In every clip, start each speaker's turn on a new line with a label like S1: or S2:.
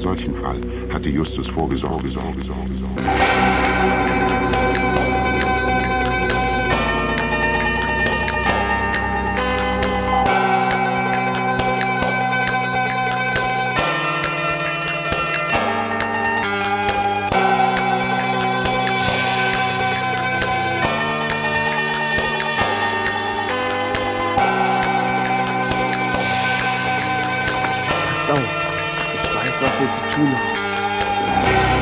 S1: solchen Fall hatte Justus vorgesorgt. gesorgt, gesorgt, gesorgt.
S2: Pass auf. Ich weiß, was wir zu tun haben.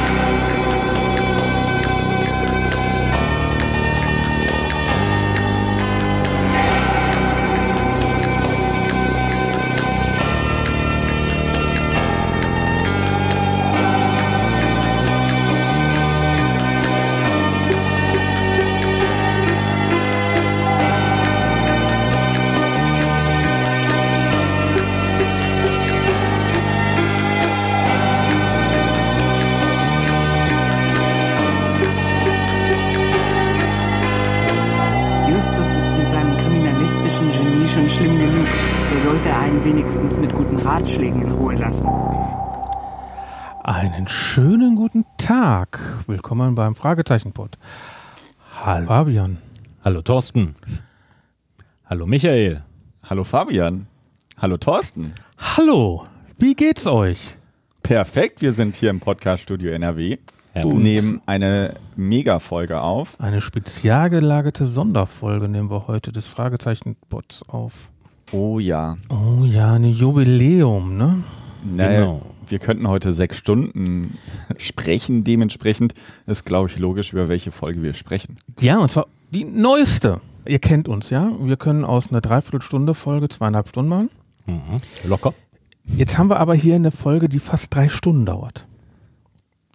S2: Justus ist mit seinem kriminalistischen Genie schon schlimm genug. Der sollte einen wenigstens mit guten Ratschlägen in Ruhe lassen.
S3: Einen schönen guten Tag. Willkommen beim Fragezeichenpod. Hallo Fabian.
S4: Hallo Thorsten. Hallo Michael.
S5: Hallo Fabian. Hallo Thorsten.
S3: Hallo. Wie geht's euch?
S5: Perfekt, wir sind hier im Podcast-Studio NRW.
S4: Ja.
S5: Wir nehmen eine Mega-Folge auf.
S3: Eine spezial gelagerte Sonderfolge nehmen wir heute des Fragezeichenpods auf.
S5: Oh ja.
S3: Oh ja, ein Jubiläum, ne?
S5: Naja,
S4: Genau.
S5: Wir könnten heute sechs Stunden sprechen. Dementsprechend ist, glaube ich, logisch, über welche Folge wir sprechen.
S3: Ja, und zwar die neueste. Ihr kennt uns, ja? Wir können aus einer Dreiviertelstunde Folge zweieinhalb Stunden machen.
S4: Mhm. Locker.
S3: Jetzt haben wir aber hier eine Folge, die fast drei Stunden dauert.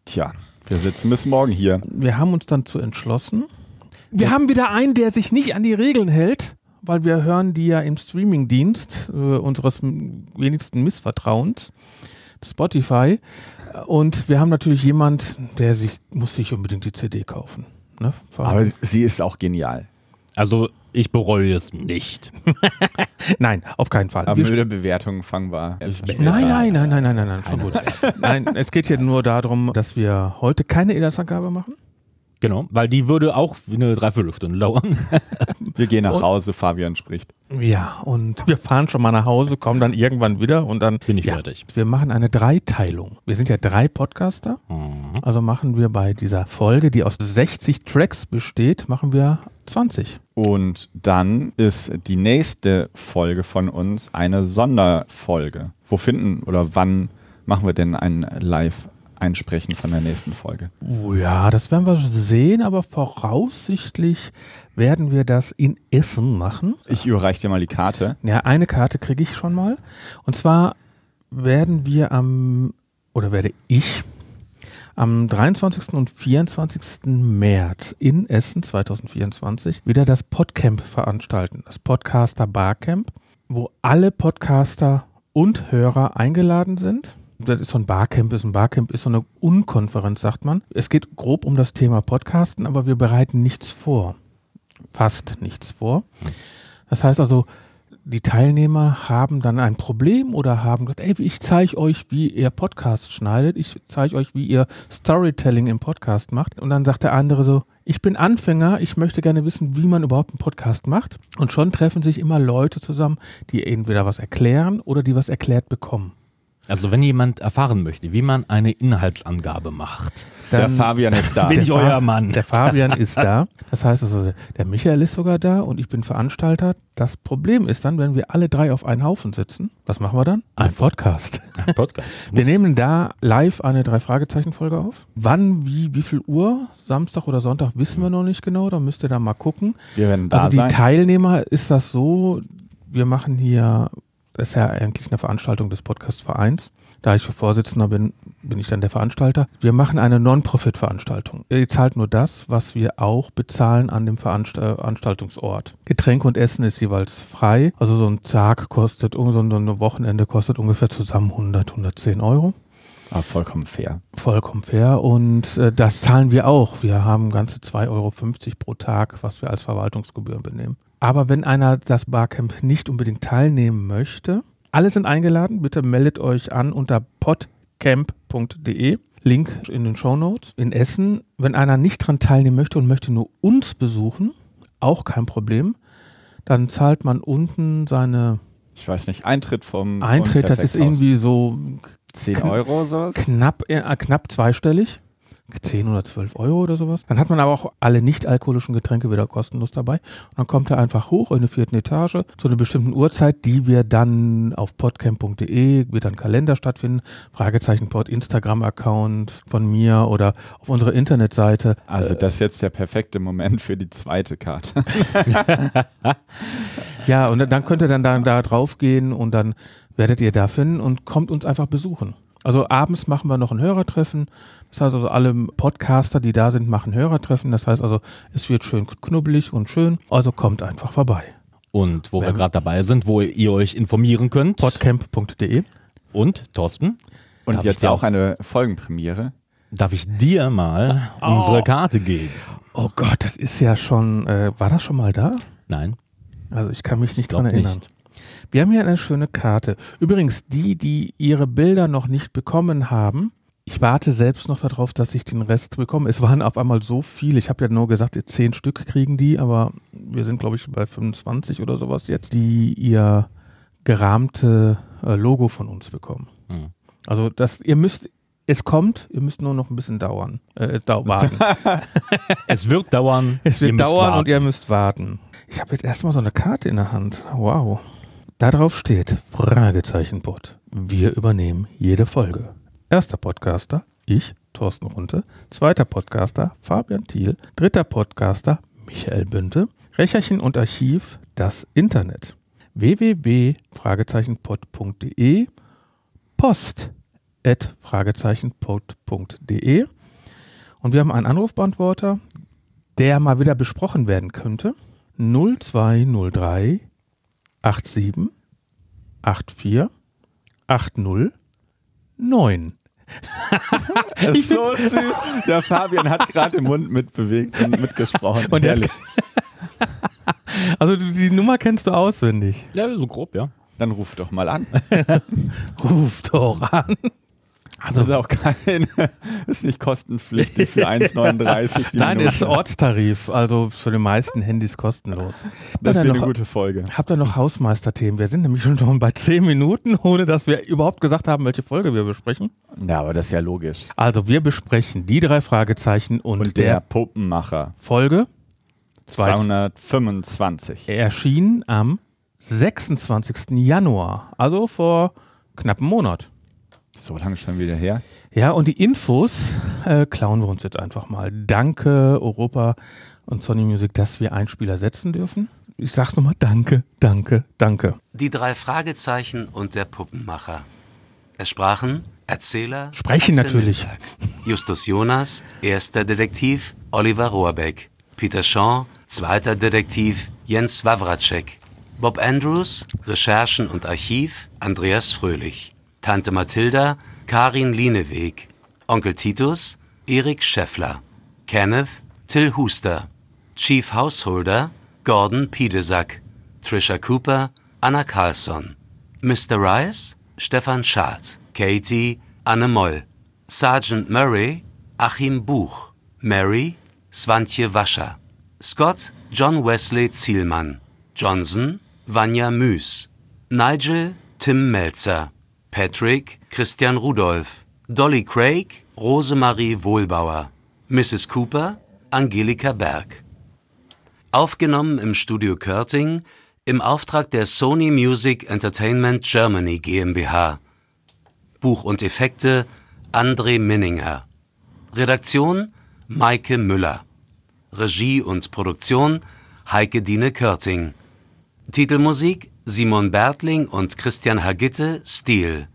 S5: Tja, wir sitzen bis morgen hier.
S3: wir haben uns dann zu entschlossen. Wir haben wieder einen, der sich nicht an die Regeln hält, weil wir hören die ja im Streamingdienst äh, unseres m- wenigsten Missvertrauens, Spotify. Und wir haben natürlich jemand, der sich muss sich unbedingt die CD kaufen. Ne?
S5: Aber sie ist auch genial.
S4: Also ich bereue es nicht.
S3: nein, auf keinen Fall.
S5: Aber
S3: Wir-
S5: mit der Bewertung fangen wir. etwas später
S3: Nein,
S5: an.
S3: nein, nein, nein, nein, nein, nein, schon gut. Nein, es geht hier nur darum, dass wir heute keine Inhaltsangabe machen.
S4: Genau, weil die würde auch eine Dreiviertelstunde dauern.
S5: Wir gehen nach Hause, Fabian spricht.
S3: Ja, und wir fahren schon mal nach Hause, kommen dann irgendwann wieder und dann
S4: Bin ich
S3: ja,
S4: fertig.
S3: Wir machen eine Dreiteilung. Wir sind ja drei Podcaster,
S4: Mhm.
S3: also machen wir bei dieser Folge, die aus 60 Tracks besteht, machen wir 20.
S5: Und dann ist die nächste Folge von uns eine Sonderfolge. Wo finden oder wann machen wir denn ein Live-Einsprechen von der nächsten Folge?
S3: Oh ja, das werden wir sehen, aber voraussichtlich werden wir das in Essen machen.
S5: Ich überreiche dir mal die Karte.
S3: Ja, eine Karte kriege ich schon mal. Und zwar werden wir am, oder werde ich am 23. und 24. März in Essen 2024 wieder das Podcamp veranstalten, das Podcaster Barcamp, wo alle Podcaster und Hörer eingeladen sind. Das ist so ein Barcamp, ist ein Barcamp, ist so eine Unkonferenz, sagt man. Es geht grob um das Thema Podcasten, aber wir bereiten nichts vor. Fast nichts vor. Das heißt also, die Teilnehmer haben dann ein Problem oder haben gesagt, ey, ich zeige euch, wie ihr Podcast schneidet, ich zeige euch, wie ihr Storytelling im Podcast macht. Und dann sagt der andere so, ich bin Anfänger, ich möchte gerne wissen, wie man überhaupt einen Podcast macht. Und schon treffen sich immer Leute zusammen, die entweder was erklären oder die was erklärt bekommen.
S4: Also wenn jemand erfahren möchte, wie man eine Inhaltsangabe macht.
S5: der Fabian ist da.
S4: bin ich
S3: Fa-
S4: euer Mann.
S3: Der Fabian ist da. Das heißt also, der Michael ist sogar da und ich bin Veranstalter. Das Problem ist dann, wenn wir alle drei auf einen Haufen sitzen, was machen wir dann? Ein Podcast.
S4: Podcast.
S3: Wir nehmen da live eine Drei-Fragezeichen-Folge auf. Wann, wie, wie viel Uhr? Samstag oder Sonntag wissen wir noch nicht genau. Da müsst ihr da mal gucken.
S5: Wir werden da
S3: Also die
S5: sein.
S3: Teilnehmer ist das so, wir machen hier, das ist ja eigentlich eine Veranstaltung des Podcast-Vereins. Da ich Vorsitzender bin, bin ich dann der Veranstalter. Wir machen eine Non-Profit-Veranstaltung. Ihr zahlt nur das, was wir auch bezahlen an dem Veranst äh, Veranstaltungsort. Getränke und Essen ist jeweils frei. Also so ein Tag kostet, um- so ein Wochenende kostet ungefähr zusammen 100, 110 Euro.
S5: Ah, vollkommen fair.
S3: Vollkommen fair. Und äh, das zahlen wir auch. Wir haben ganze 2,50 Euro pro Tag, was wir als Verwaltungsgebühr benehmen. Aber wenn einer das Barcamp nicht unbedingt teilnehmen möchte, alle sind eingeladen. Bitte meldet euch an unter podcamp camp.de. Link in den Show Notes. In Essen, wenn einer nicht dran teilnehmen möchte und möchte nur uns besuchen, auch kein Problem. Dann zahlt man unten seine
S5: Ich weiß nicht, Eintritt vom
S3: Eintritt. Das ist irgendwie so
S5: 10 Euro sowas.
S3: knapp, äh, knapp zweistellig. 10 oder 12 Euro oder sowas. Dann hat man aber auch alle nicht-alkoholischen Getränke wieder kostenlos dabei. Und dann kommt er einfach hoch in der vierten Etage zu einer bestimmten Uhrzeit, die wir dann auf podcamp.de, wird dann Kalender stattfinden, Fragezeichen Pod, Instagram-Account von mir oder auf unserer Internetseite.
S5: Also das ist jetzt der perfekte Moment für die zweite Karte.
S3: Ja, und dann könnt ihr dann da, da drauf gehen und dann werdet ihr da finden und kommt uns einfach besuchen. Also abends machen wir noch ein Hörertreffen. Das heißt also, alle Podcaster, die da sind, machen Hörertreffen. Das heißt also, es wird schön knubbelig und schön. Also kommt einfach vorbei.
S4: Und wo wir gerade dabei sind, wo ihr euch informieren könnt.
S3: Podcamp.de.
S4: Und, Thorsten,
S5: Und
S4: Darf ich
S5: jetzt
S4: dir-
S5: auch eine Folgenpremiere.
S4: darf ich dir mal unsere Karte geben?
S3: Oh Gott, das ist ja schon, äh, war das schon mal da?
S4: Nein,
S3: Also ich kann mich nicht
S4: glaub
S3: dran erinnern.
S4: nicht.
S3: Wir haben hier eine schöne Karte. Übrigens, die, die ihre Bilder noch nicht bekommen haben, ich warte selbst noch darauf, dass ich den Rest bekomme. Es waren auf einmal so viele. Ich habe ja nur gesagt, zehn Stück kriegen die, aber wir sind, glaube ich, bei 25 oder sowas jetzt, die ihr gerahmte äh, Logo von uns bekommen.
S4: Hm.
S3: Also das, ihr müsst, es kommt, ihr müsst nur noch ein bisschen dauern. Äh, dau warten.
S4: es wird dauern.
S3: Es wird
S4: Ihr müsst
S3: dauern und
S4: warten.
S3: ihr müsst warten. Ich habe jetzt erstmal so eine Karte in der Hand. Wow. Da drauf steht Fragezeichenpod. Wir übernehmen jede Folge. Erster Podcaster, ich, Thorsten Runte. Zweiter Podcaster, Fabian Thiel. Dritter Podcaster, Michael Bünte. Recherchen und Archiv, das Internet. www.fragezeichenpod.de Post at fragezeichenpod.de und wir haben einen Anrufbeantworter, der mal wieder besprochen werden könnte. 0203 87 84 80 9.
S5: Das ist so süß. Der Fabian hat gerade den Mund mitbewegt und mitgesprochen.
S3: Und der- Also die die Nummer kennst du auswendig.
S4: Ja, so grob, ja.
S5: Dann ruf doch mal an.
S3: Ruf doch an. Also
S5: Das ist auch kein, ist nicht kostenpflichtig für 1,39 die
S3: Nein,
S5: Minute.
S3: ist Ortstarif, also für die meisten Handys kostenlos. Habt ihr
S5: Das wäre eine
S3: noch-
S5: gute Folge.
S3: Habt ihr noch Hausmeisterthemen? Wir sind nämlich schon bei 10 Minuten, ohne dass wir überhaupt gesagt haben, welche Folge wir besprechen.
S5: Ja, aber das ist ja logisch.
S3: Also wir besprechen die drei Fragezeichen und,
S5: Und der
S3: der,
S5: Puppenmacher
S3: Folge
S5: 225.
S3: erschien am 26. Januar, also vor knapp einem Monat.
S5: So lange schon wieder her.
S3: Ja, und die Infos äh, klauen wir uns jetzt einfach mal. Danke Europa und Sony Music, dass wir Einspieler setzen dürfen. Ich sag's nochmal, danke, danke, danke.
S6: Die drei Fragezeichen und der Puppenmacher. Es sprachen Erzähler.
S3: Sprechen
S6: Axel
S3: natürlich.
S6: Milberg, Justus Jonas, erster Detektiv Oliver Rohrbeck. Peter Shaw, zweiter Detektiv Jens Wawracek. Bob Andrews, Recherchen und Archiv Andreas Fröhlich. Tante Mathilda, Karin Lieneweg. Onkel Titus, Erik Scheffler. Kenneth, Till Huster. Chief Householder, Gordon Piedesack. Trisha Cooper, Anna Carlson. Mr. Rice, Stefan Schad. Katie, Anne Moll. Sergeant Murray, Achim Buch. Mary, Swantje Wascher. Scott, John Wesley Zielmann. Johnson, Vanja Müß. Nigel, Tim Melzer. Patrick, Christian Rudolph. Dolly Craig, Rosemarie Wohlbauer. Mrs. Cooper, Angelika Berg. Aufgenommen im Studio Körting im Auftrag der Sony Music Entertainment Germany GmbH. Buch und Effekte André Minninger. Redaktion Maike Müller. Regie und Produktion Heike Dine Körting. Titelmusik Simon Bertling und Christian Hagitte Stil.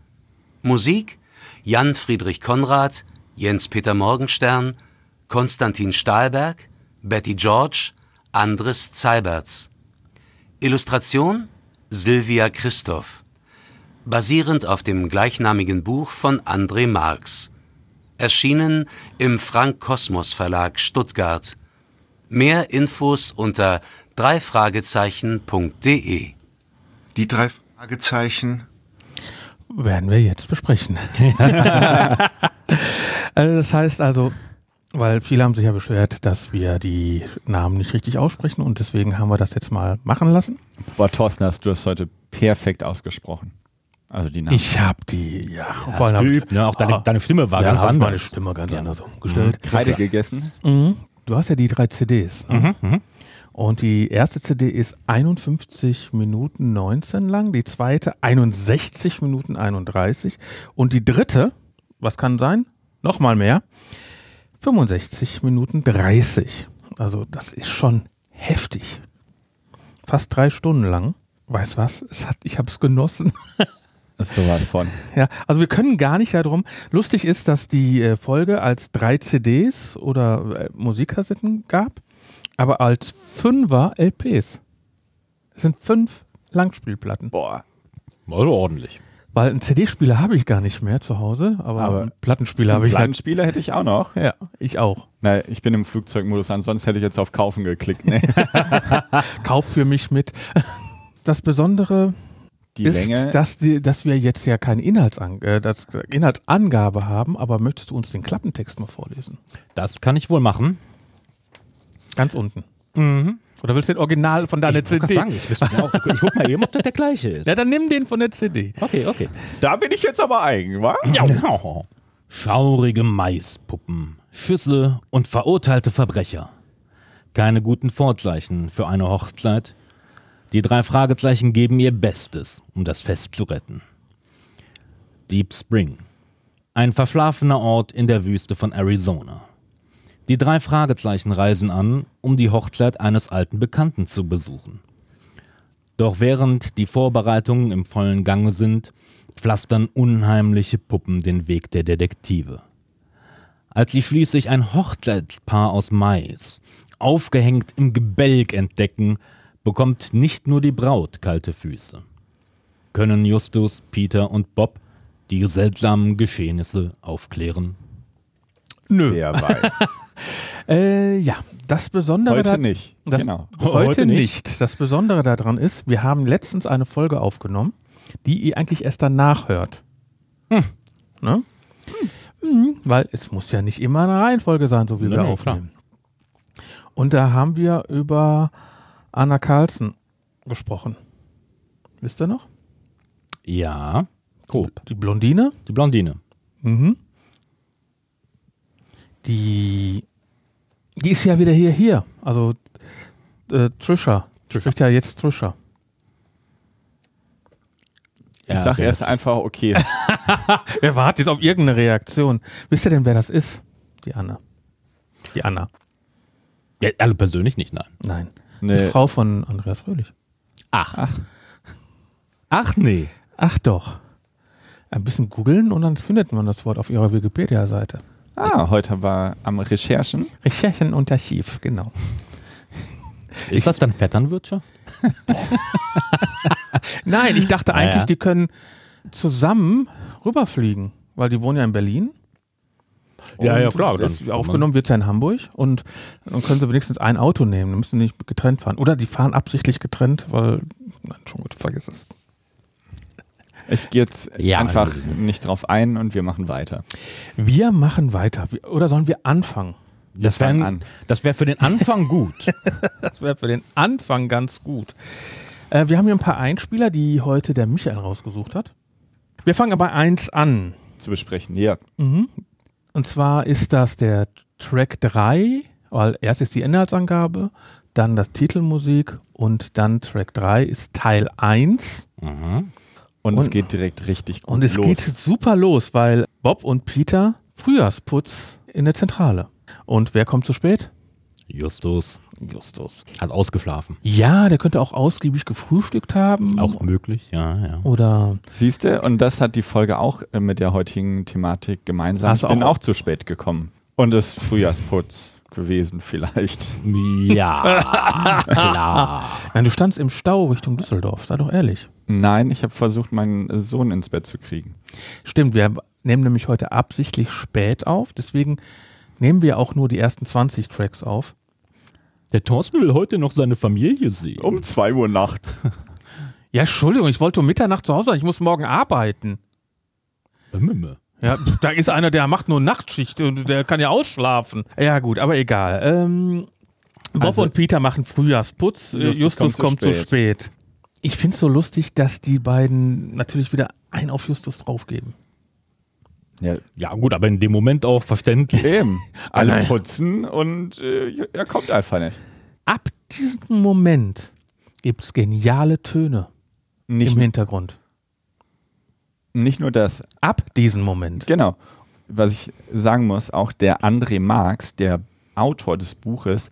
S6: Musik Jan Friedrich Konrad, Jens Peter Morgenstern, Konstantin Stahlberg, Betty George, Andres Zeiberts. Illustration Sylvia Christoph. Basierend auf dem gleichnamigen Buch von André Marx. Erschienen im Frank Kosmos Verlag Stuttgart. Mehr Infos unter E. dreifragezeichen.de.
S7: Die drei Fragezeichen
S3: werden wir jetzt besprechen. also das heißt also, weil viele haben sich ja beschwert, dass wir die Namen nicht richtig aussprechen und deswegen haben wir das jetzt mal machen lassen.
S5: Boah, Thorsten, hast du das heute perfekt ausgesprochen. Also die Namen.
S3: Ich habe die, ja,
S4: Ja,
S3: vor allem
S4: das
S3: hab ich-
S4: übt, ne? Auch deine,
S3: Ah,
S4: deine Stimme war
S3: dann
S4: ganz
S3: hab ich
S4: anders.
S3: meine Stimme ganz anders umgestellt.
S5: Kreide gegessen.
S3: Mhm. Du hast ja die drei CDs. Ne?
S4: Mhm,
S3: Und die erste CD ist 51 Minuten 19 lang, die zweite 61 Minuten 31 und die dritte, was kann sein? Nochmal mehr, 65 Minuten 30. Also das ist schon heftig. Fast drei Stunden lang. Weiß was? Es hat, ich habe es genossen.
S5: Ist sowas von.
S3: Ja, also wir können gar nicht darum. Lustig ist, dass die äh, Folge als drei CDs oder äh, Musikkassetten gab, aber als Fünfer LPs. Es sind fünf Langspielplatten.
S5: Boah.
S4: Also ordentlich.
S3: Weil einen CD-Spieler habe ich gar nicht mehr zu Hause, aber,
S5: Aber
S3: einen Plattenspieler habe ich.
S5: Einen Spieler hätte ich auch noch.
S3: Ja, ich auch.
S5: Nein, ich bin im Flugzeugmodus, ansonsten hätte ich jetzt auf Kaufen geklickt. ne? Nee.
S3: Kauf für mich mit. Das Besondere
S5: Die
S3: ist,
S5: Länge.
S3: Dass, die, dass wir jetzt ja keine Inhaltsan äh, das Inhaltsangabe haben, aber möchtest du uns den Klappentext mal vorlesen?
S4: Das kann ich wohl machen.
S3: Ganz unten. Oder willst du den Original von deiner
S4: wollte
S3: CD?
S4: gerade Mhm. ich, wüsste genau, ich guck mal eben, ob das der gleiche ist.
S3: Ja, dann nimm den von der CD.
S4: Okay, okay.
S5: Da bin ich jetzt aber eigen, wa?
S4: Au. Schaurige Maispuppen, Schüsse und verurteilte Verbrecher. Keine guten Vorzeichen für eine Hochzeit. Die drei Fragezeichen geben ihr Bestes, um das Fest zu retten. Deep Spring. Ein verschlafener Ort in der Wüste von Arizona. Die drei Fragezeichen reisen an, um die Hochzeit eines alten Bekannten zu besuchen. Doch während die Vorbereitungen im vollen Gange sind, pflastern unheimliche Puppen den Weg der Detektive. Als sie schließlich ein Hochzeitspaar aus Mais, aufgehängt im Gebälk, entdecken, bekommt nicht nur die Braut kalte Füße. Können Justus, Peter und Bob die seltsamen Geschehnisse aufklären?
S3: Nö.
S5: Wer weiß.
S3: Äh, ja, das Besondere da-
S5: Heute nicht.
S3: Das,
S5: Genau.
S3: Heute,
S4: Heute
S3: nicht. Das Besondere daran ist, wir haben letztens eine Folge aufgenommen, die ihr eigentlich erst danach hört.
S4: Hm.
S3: Ne? Mhm, Weil es muss ja nicht immer eine Reihenfolge sein, so wie
S4: Nee,
S3: wir
S4: nee,
S3: aufnehmen. Und da haben wir über Anna Carlson gesprochen. Wisst ihr noch?
S4: Ja, grob.
S3: Die Blondine,
S5: Äh,
S4: Die Blondine.
S3: die, die ist ja wieder hier, hier. Also äh, Trisha. Spricht ja jetzt Trisha.
S5: Ich sag erst einfach, okay.
S3: Wer wartet jetzt auf irgendeine Reaktion? Wisst ihr denn, wer das ist? Die Anna. Die Anna.
S4: Ja, also persönlich nicht, nein.
S3: Nein.
S5: Nee.
S3: Die Frau von Andreas Fröhlich.
S4: Ach. Ach, Ach nee.
S3: Ach doch. Ein bisschen googeln und dann findet man das Wort auf ihrer Wikipedia-Seite.
S5: Ah, heute war am Recherchen.
S3: Recherchen und Archiv, genau.
S4: Ist das dann Vetternwirtschaft?
S3: Nein, ich dachte
S4: Naja.
S3: eigentlich, die können zusammen rüberfliegen, weil die wohnen ja in Berlin.
S4: Ja, ja,
S3: Und
S4: klar,
S3: Das
S4: dann-
S3: aufgenommen wird ja in Hamburg und dann können sie wenigstens ein Auto nehmen. Dann müssen die nicht getrennt fahren. Oder die fahren absichtlich getrennt, weil. Nein, schon gut, vergiss es.
S5: Ich gehe jetzt
S4: Ja,
S5: einfach
S4: also-
S5: nicht drauf ein und wir machen weiter.
S3: Wir machen weiter. Wir- Oder sollen wir anfangen?
S4: Das
S5: fangen
S4: wäre
S5: an.
S4: wär für den Anfang gut.
S3: Das wäre für den Anfang ganz gut. Äh, wir haben hier ein paar Einspieler, die heute der Michael rausgesucht hat. Wir fangen aber eins an.
S5: Zu besprechen. Ja.
S3: Und zwar ist das der Track 3, weil erst ist die Inhaltsangabe, dann das Titelmusik und dann Track 3 ist Teil 1.
S4: Mhm.
S5: Und, es
S3: Und-
S5: geht direkt richtig gut
S3: Und es
S5: los.
S3: geht super los, weil Bob und Peter Frühjahrsputz in der Zentrale. Und wer kommt zu spät?
S4: Justus
S3: Justus.
S4: hat ausgeschlafen.
S3: Ja, der könnte auch ausgiebig gefrühstückt haben.
S4: Auch möglich, ja, ja.
S3: Oder
S5: Siehst du, und das hat die Folge auch äh, mit der heutigen Thematik gemeinsam.
S3: Hast du
S5: ich bin
S3: auch-
S5: auch, zu spät gekommen. Und es ist Frühjahrsputz gewesen vielleicht.
S4: Ja, klar.
S3: Nein, du standst im Stau Richtung Düsseldorf, sei doch ehrlich.
S5: Nein, ich habe versucht, meinen Sohn ins Bett zu kriegen.
S3: Stimmt, wir nehmen nämlich heute absichtlich spät auf, deswegen nehmen wir auch nur die ersten 20 Tracks auf.
S4: Der Thorsten will heute noch seine Familie sehen.
S5: Um 2 Uhr nachts.
S3: Ja, Entschuldigung, ich wollte um Mitternacht zu Hause sein, ich muss morgen arbeiten.
S4: Mimme.
S3: Ja, pf, da ist einer, der macht nur Nachtschicht und der kann ja ausschlafen. Ja, gut, aber egal. Ähm, Bob
S5: Also-
S3: und Peter machen Frühjahrsputz, äh, Justus, kommt, zu spät. Ich finde es so lustig, dass die beiden natürlich wieder ein auf Justus draufgeben.
S5: Ja,
S4: Ja, gut, aber in dem Moment auch verständlich.
S5: eben. Also
S3: Allein.
S5: putzen und äh, er kommt einfach nicht.
S3: Ab diesem Moment gibt es geniale Töne
S5: Nicht,
S3: im Hintergrund.
S5: nicht nur das,
S3: Ab diesem Moment.
S5: Genau. Was ich sagen muss, auch der André Marx, der Autor des Buches,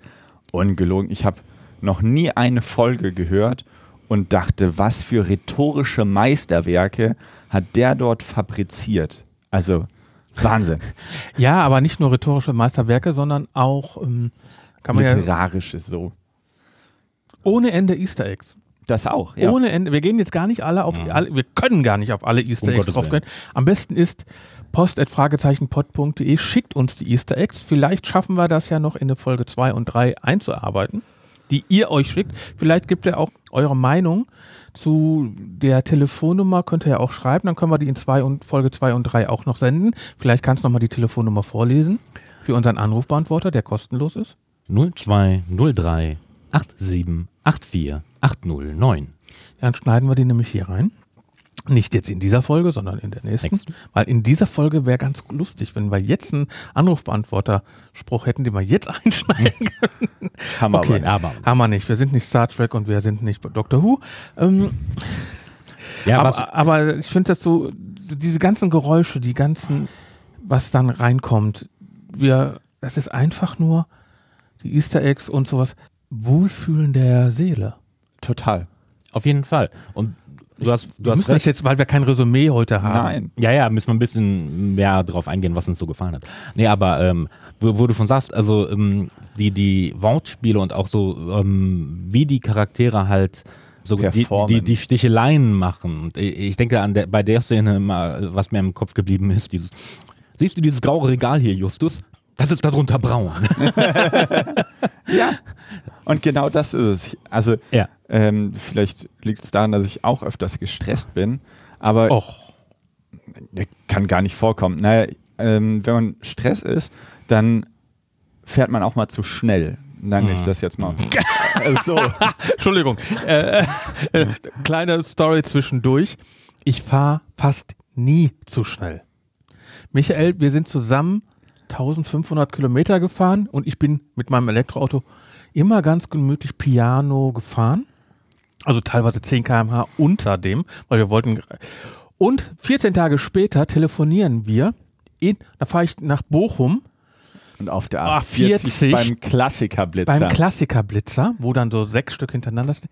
S5: ungelogen, ich habe noch nie eine Folge gehört und dachte, was für rhetorische Meisterwerke hat der dort fabriziert. Also Wahnsinn.
S3: Ja, aber nicht nur rhetorische Meisterwerke, sondern auch ähm, kann man ja
S5: Literarisches so.
S3: ohne Ende Easter Eggs.
S5: Das auch, ja.
S3: Ohne Ende. Wir gehen jetzt gar nicht alle auf, alle, wir können gar nicht auf alle Easter
S4: Mhm. Um
S3: Eggs
S4: Gottes
S3: drauf
S4: Willen.
S3: gehen. Am besten ist post.fragezeichenpod.de, schickt uns die Easter Eggs. Vielleicht schaffen wir das ja noch in der Folge 2 und 3 einzuarbeiten, die ihr euch schickt. Vielleicht gibt ihr auch eure Meinung zu der Telefonnummer, könnt ihr ja auch schreiben, dann können wir die in zwei und Folge 2 und 3 auch noch senden. Vielleicht kannst du nochmal die Telefonnummer vorlesen für unseren Anrufbeantworter, der kostenlos ist.
S4: 02 03 87 84 809.
S3: Dann schneiden wir die nämlich hier rein. Nicht jetzt in dieser Folge, sondern in der nächsten.
S4: Nächsten.
S3: Weil in dieser Folge wäre ganz lustig, wenn wir jetzt einen Anrufbeantworter-Spruch hätten, den wir jetzt
S4: Hm,
S3: einschneiden.
S5: Hammer.
S3: Okay,
S5: aber.
S4: aber-
S3: haben wir nicht. Wir sind nicht Star Trek und wir sind nicht Doctor Who. Ähm,
S4: Ja, was,
S3: aber, aber ich finde, dass so diese ganzen Geräusche, die ganzen, was dann reinkommt, wir, das ist einfach nur die Easter Eggs und sowas. Wohlfühlen der Seele.
S5: Total.
S4: auf jeden Fall. Und du hast,
S3: Du
S4: du
S3: hast
S4: hast
S3: das
S4: recht.
S3: jetzt, weil wir kein Resümee heute haben.
S5: Nein.
S4: Ja, ja, müssen wir ein bisschen mehr drauf eingehen, was uns so gefallen hat. Nee, aber ähm, wo, wo du schon sagst, also ähm, die, die Wortspiele und auch so, ähm, wie die Charaktere halt so die,
S5: Performen.
S4: die, die Sticheleien machen. Und ich ich denke, an der, bei der Szene, immer, was mir im Kopf geblieben ist, dieses, siehst du dieses graue Regal hier, Justus? Das ist darunter braun.
S5: Und genau das ist es. Ich- Also,
S4: Ja.
S5: ähm, vielleicht liegt es daran, dass ich auch öfters gestresst bin. Aber
S3: Och.
S5: Ja, kann gar nicht vorkommen. Naja, ähm, wenn man Stress ist, dann fährt man auch mal zu schnell. Dann
S3: Ah.
S5: ich das jetzt mal. Äh, so.
S3: Entschuldigung. Äh, äh, kleine Story zwischendurch. Ich fahre fast nie zu schnell. Michael, wir sind zusammen 1500 Kilometer gefahren und ich bin mit meinem Elektroauto immer ganz gemütlich Piano gefahren. Also teilweise 10 km/h unter dem, weil wir wollten. Und 14 Tage später telefonieren wir. In, da fahre ich nach Bochum
S5: Und auf der
S3: Ah,
S5: A40
S3: 40.
S5: beim
S3: Beim
S5: Klassikerblitzer.
S3: Klassikerblitzer, wo dann so sechs Stück hintereinander stehen.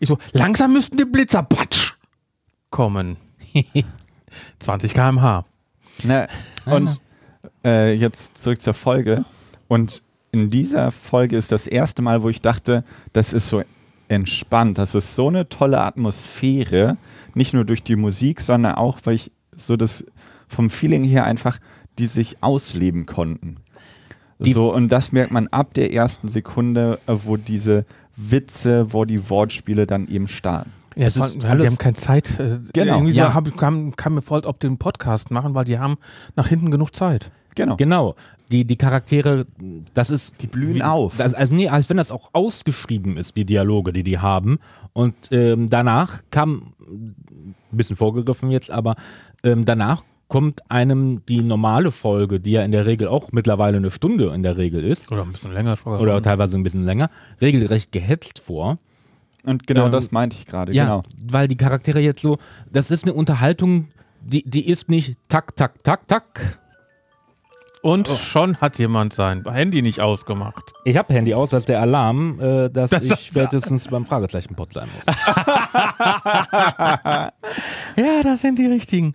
S3: Ich so, langsam müssten die Blitzer patsch kommen. 20 km/h.
S5: Na, und äh, jetzt zurück zur Folge. Und in dieser Folge ist das erste Mal, wo ich dachte, das ist so entspannt. Das ist so eine tolle Atmosphäre. Nicht nur durch die Musik, sondern auch, weil ich so das vom Feeling her einfach, die sich ausleben konnten. so, und das merkt man ab der ersten Sekunde, äh, wo diese Witze, wo die Wortspiele dann eben starten.
S3: Ja,
S4: Es
S3: vor
S4: ist
S3: allem, wir
S4: alles-
S3: haben keine Zeit. äh,
S5: Genau,
S3: Irgendwie
S4: ja.
S3: so, hab, kam, kam mir vor, als ob die einen Podcast machen, weil die haben nach hinten genug Zeit.
S5: Genau.
S4: Genau. Die, die Charaktere, das ist. Die
S5: blühen auf.
S4: Das, also, nee, als wenn das auch ausgeschrieben ist, die Dialoge, die die haben. Und ähm, danach kam, ein bisschen vorgegriffen jetzt, aber ähm, danach kommt einem die normale Folge, die ja in der Regel auch mittlerweile eine Stunde in der Regel ist,
S3: Oder ein bisschen länger. sogar
S4: oder
S3: schon.
S4: teilweise ein bisschen länger, regelrecht gehetzt vor.
S5: Und genau
S4: Ähm,
S5: das meinte ich gerade.
S4: Ja,
S5: Genau.
S4: weil die Charaktere jetzt so, das ist eine Unterhaltung, die, die ist nicht tak, tak, tak, tak,
S3: Und schon hat jemand sein Handy nicht ausgemacht.
S4: Ich habe Handy aus, dass der Alarm, äh, dass
S3: Das-
S4: ich
S3: das-
S4: spätestens beim Fragezeichenpot sein muss.
S3: Ja, das sind die richtigen.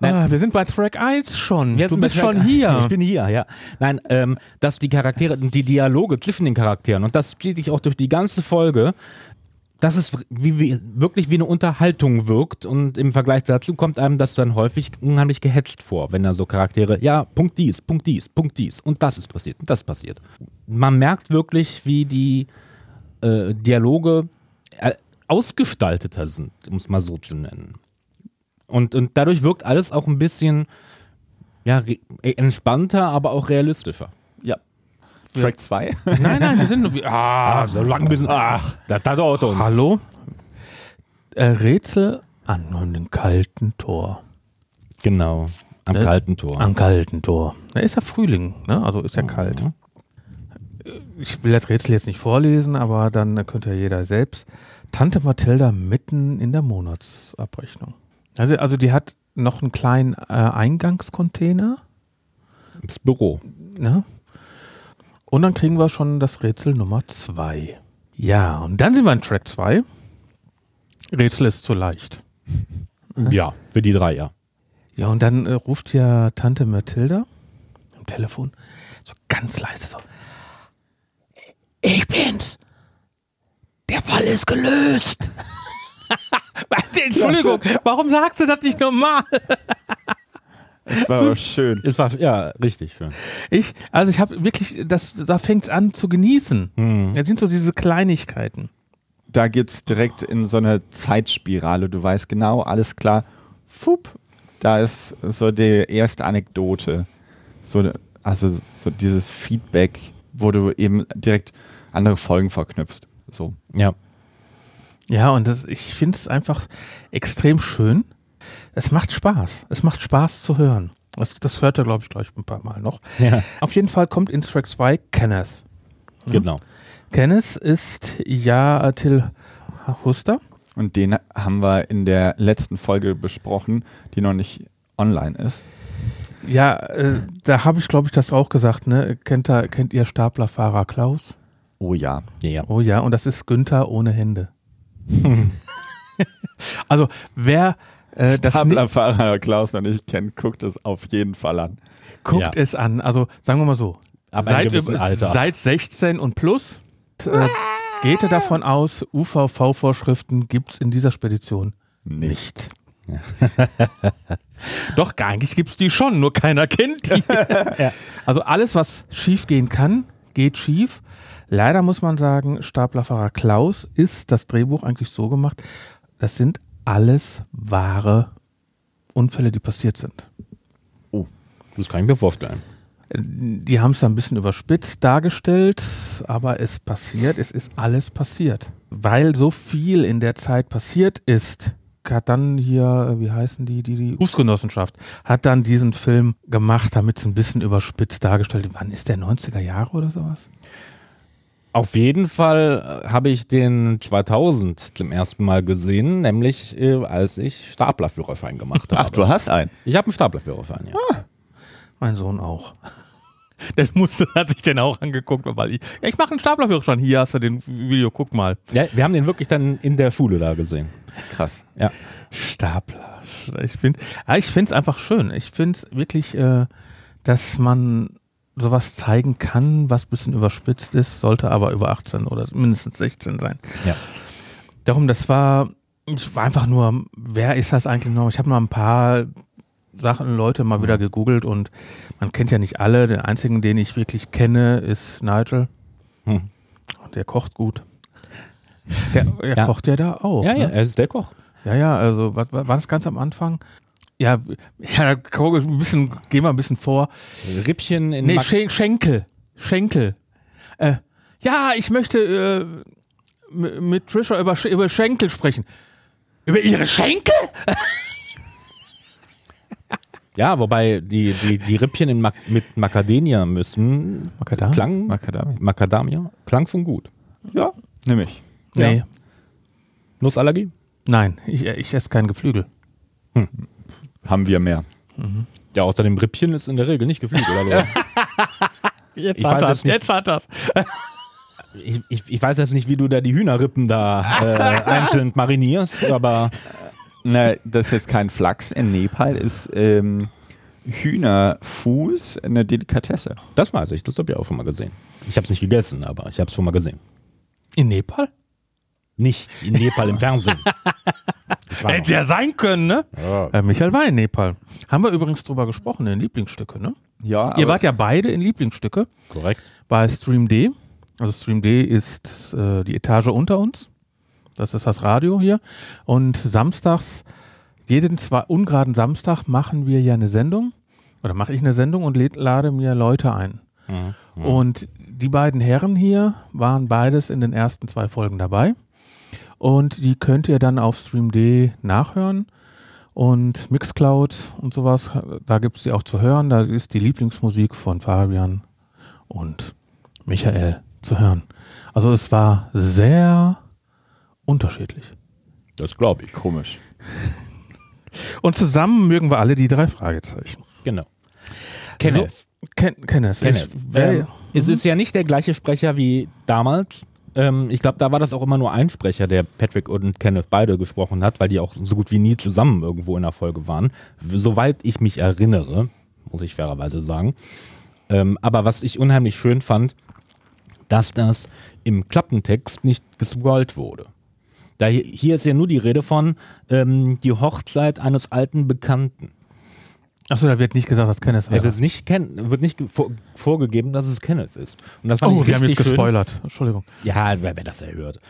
S4: Nein.
S3: Ah, wir sind bei Track 1 schon.
S4: Jetzt
S3: du
S4: bin
S3: bist
S4: ich
S3: schon
S4: weg.
S3: hier.
S4: Ich bin hier, ja. Nein, ähm, dass die Charaktere, die Dialoge zwischen den Charakteren, und das zieht sich auch durch die ganze Folge, dass es wie, wie, wirklich wie eine Unterhaltung wirkt und im Vergleich dazu kommt einem das dann häufig unheimlich gehetzt vor, wenn da so Charaktere, ja, Punkt dies, Punkt dies, Punkt dies und das ist passiert und das passiert. Man merkt wirklich, wie die äh, Dialoge äh, ausgestalteter sind, um es mal so zu nennen. Und, und dadurch wirkt alles auch ein bisschen ja, re- äh, entspannter, aber auch realistischer.
S5: Ja. Track 2.
S3: Nein, nein, wir sind. Ah,
S4: so lang ein bisschen. Ach, das, das dauert doch.
S3: hallo? Äh, Rätsel an einem kalten Tor.
S4: Genau. Am
S3: Ne?
S4: kalten Tor.
S3: Am kalten Tor. Da ist ja Frühling, ne? also ist ja
S4: Mhm.
S3: kalt. Ich will das Rätsel jetzt nicht vorlesen, aber dann könnt ja jeder selbst. Tante Mathilda mitten in der Monatsabrechnung. Also, also die hat noch einen kleinen äh, Eingangscontainer.
S4: Das Büro.
S3: Ne? Und dann kriegen wir schon das Rätsel Nummer 2. Ja, und dann sind wir in Track 2. Rätsel ist zu leicht. Äh.
S4: Ja, für die drei, ja.
S3: Ja, und dann äh, ruft ja Tante Mathilda am Telefon so ganz leise so. Ich bin's. Der Fall ist gelöst. Entschuldigung, warum sagst du das nicht normal?
S5: Das war aber schön.
S4: Es war, ja, richtig schön.
S3: Ich, also ich habe wirklich, das, da fängt's an zu genießen. Das sind so diese Kleinigkeiten.
S5: Da geht's direkt in so eine Zeitspirale. Du weißt genau, alles klar. Fup. Da ist so die erste Anekdote. So, also so dieses Feedback, wo du eben direkt andere Folgen verknüpfst. So.
S4: Ja.
S3: Ja, und das, ich finde es einfach extrem schön. Es macht Spaß. Es macht Spaß zu hören. Das, das hört er, glaube ich, gleich ein paar Mal noch.
S4: Ja.
S3: Auf jeden Fall kommt in Track 2 Kenneth.
S4: Genau.
S3: Kenneth ist ja äh, Till Huster.
S5: Und den haben wir in der letzten Folge besprochen, die noch nicht online ist.
S3: Ja, äh, da habe ich, glaube ich, das auch gesagt. Ne? Kennt, er, kennt ihr Staplerfahrer Klaus?
S5: Oh ja.
S4: Ja.
S3: Oh ja, und das ist Günther ohne Hände. also, wer äh, das nicht-
S5: Tablerfahrer Klaus noch nicht kennt, guckt es auf jeden Fall an.
S3: Guckt
S4: Ja.
S3: es an. Also sagen wir mal so,
S4: Ab einem
S3: seit, äh,
S4: gewissen Alter.
S3: seit 16 und plus äh, geht er davon aus, UVV-Vorschriften gibt es in dieser Spedition nicht. Doch, eigentlich gibt es die schon, nur keiner kennt die. Also alles, was schief gehen kann, geht schief. Leider muss man sagen, Staplerfahrer Klaus ist das Drehbuch eigentlich so gemacht, das sind alles wahre Unfälle, die passiert sind.
S4: Das kann ich mir vorstellen.
S3: Die haben es ein bisschen überspitzt dargestellt, aber es passiert, es ist alles passiert. Weil so viel in der Zeit passiert ist, hat dann hier, äh, wie heißen die, die, die Berufsgenossenschaft, hat dann diesen Film gemacht, damit es ein bisschen überspitzt dargestellt wird. Wann ist der 90er Jahre oder sowas?
S4: Auf jeden Fall äh, habe ich den 2000 zum ersten Mal gesehen, nämlich äh, als ich Staplerführerschein gemacht habe.
S5: hast einen.
S4: Ich habe einen Staplerführerschein, ja.
S3: Ah. Mein Sohn auch. Der musste, hat sich den auch angeguckt, weil ich, ja, ich mache einen Staplerführerschein. Hier hast du den Video, guck mal.
S4: ja. Wir haben den wirklich dann in der Schule da gesehen.
S5: Krass.
S4: Ja.
S3: Stapler. Ich finde ich find's einfach schön. Ich finde es wirklich, äh, dass man sowas zeigen kann, was ein bisschen überspitzt ist, sollte aber über 18 oder mindestens 16 sein.
S4: Ja.
S3: Darum, das war, ich war einfach nur, wer ist das eigentlich noch? Ich habe mal ein paar Sachen, Leute mal
S4: Mhm.
S3: wieder gegoogelt und man kennt ja nicht alle. Den einzigen, den ich wirklich kenne, ist Nigel.
S4: Hm.
S3: Und der kocht gut. Der, der
S4: Ja.
S3: kocht ja da auch.
S4: ja,
S3: ne?
S4: ja, er ist der Koch.
S3: Ja, ja, also was, was, war das ganz am Anfang? Ja, ja, guck, ein bisschen, geh mal ein bisschen vor.
S4: Rippchen in
S3: Nee,
S4: Mac-
S3: Schen Schenkel. Schenkel. Äh, ja, ich möchte äh, m- mit Trisha über, Sch- über Schenkel sprechen. Über ihre Schenkel?
S4: Ja, wobei die, die, die Rippchen in Mac mit Macadamia müssen.
S3: Macadam-
S4: Klang,
S5: Macadamia.
S4: Macadamia? Klang schon gut.
S5: Ja, nehme ich.
S3: Nee.
S4: Ja. Nussallergie?
S3: Nein, ich, ich esse kein Geflügel.
S5: Haben wir mehr.
S4: Ja, außerdem Rippchen ist in der Regel nicht geflügelt. Also
S3: Jetzt
S4: Ich hat weiß er's, jetzt nicht.
S3: hat das.
S4: ich, ich, ich weiß jetzt nicht, wie du da die Hühnerrippen da äh, einzeln marinierst, aber
S5: Na, das ist jetzt kein Flachs. In Nepal ist ähm, Hühnerfuß eine Delikatesse.
S4: das weiß ich. Das habe ich auch schon mal gesehen. Ich habe es nicht gegessen, aber ich habe es schon mal gesehen.
S3: In Nepal?
S4: Nicht in Nepal im Fernsehen. Ich war noch-
S3: ja sein können, ne? Äh, Michael war in Nepal. Haben wir übrigens drüber gesprochen, in Lieblingsstücke, ne?
S5: Ja,
S3: Ihr wart ja beide in Lieblingsstücke.
S4: korrekt.
S3: bei Stream D. Also Stream D ist äh, die Etage unter uns. Das ist das Radio hier. Und samstags jeden zwei ungeraden Samstag machen wir ja eine Sendung oder mache ich eine Sendung und läd- lade mir Leute ein. Und die beiden Herren hier waren beides in den ersten zwei Folgen dabei. Und die könnt ihr dann auf Streamd nachhören. Und Mixcloud und sowas, da gibt es die auch zu hören. Da ist die Lieblingsmusik von Fabian und Michael zu hören. Also es war sehr unterschiedlich.
S4: Das glaube ich.
S5: Komisch.
S3: Und zusammen mögen wir alle die drei Fragezeichen.
S4: Genau. Kenneth.
S3: Ken Kenneth.
S4: Kenneth.
S3: Ich, wer,
S4: Ähm, Es ist ja nicht der gleiche Sprecher wie damals. Ähm, ich glaube, da war das auch immer nur ein Sprecher, der Patrick und Kenneth beide gesprochen hat, weil die auch so gut wie nie zusammen irgendwo in der Folge waren. W- Soweit ich mich erinnere, muss ich fairerweise sagen. Ähm, aber was ich unheimlich schön fand, dass das im Klappentext nicht gescrollt wurde. Da hi- hier ist ja nur die Rede von ähm, die Hochzeit eines alten Bekannten.
S3: achso, da wird nicht gesagt, dass Kenneth
S4: Also Es
S3: heißt.
S4: ist nicht Ken, wird nicht ge- vor- vorgegeben, dass es Kenneth ist. Und das fand
S3: Oh,
S4: ich
S3: wir haben jetzt
S4: richtig schön.
S3: gespoilert. Entschuldigung.
S4: Ja, wer, wer das erhört.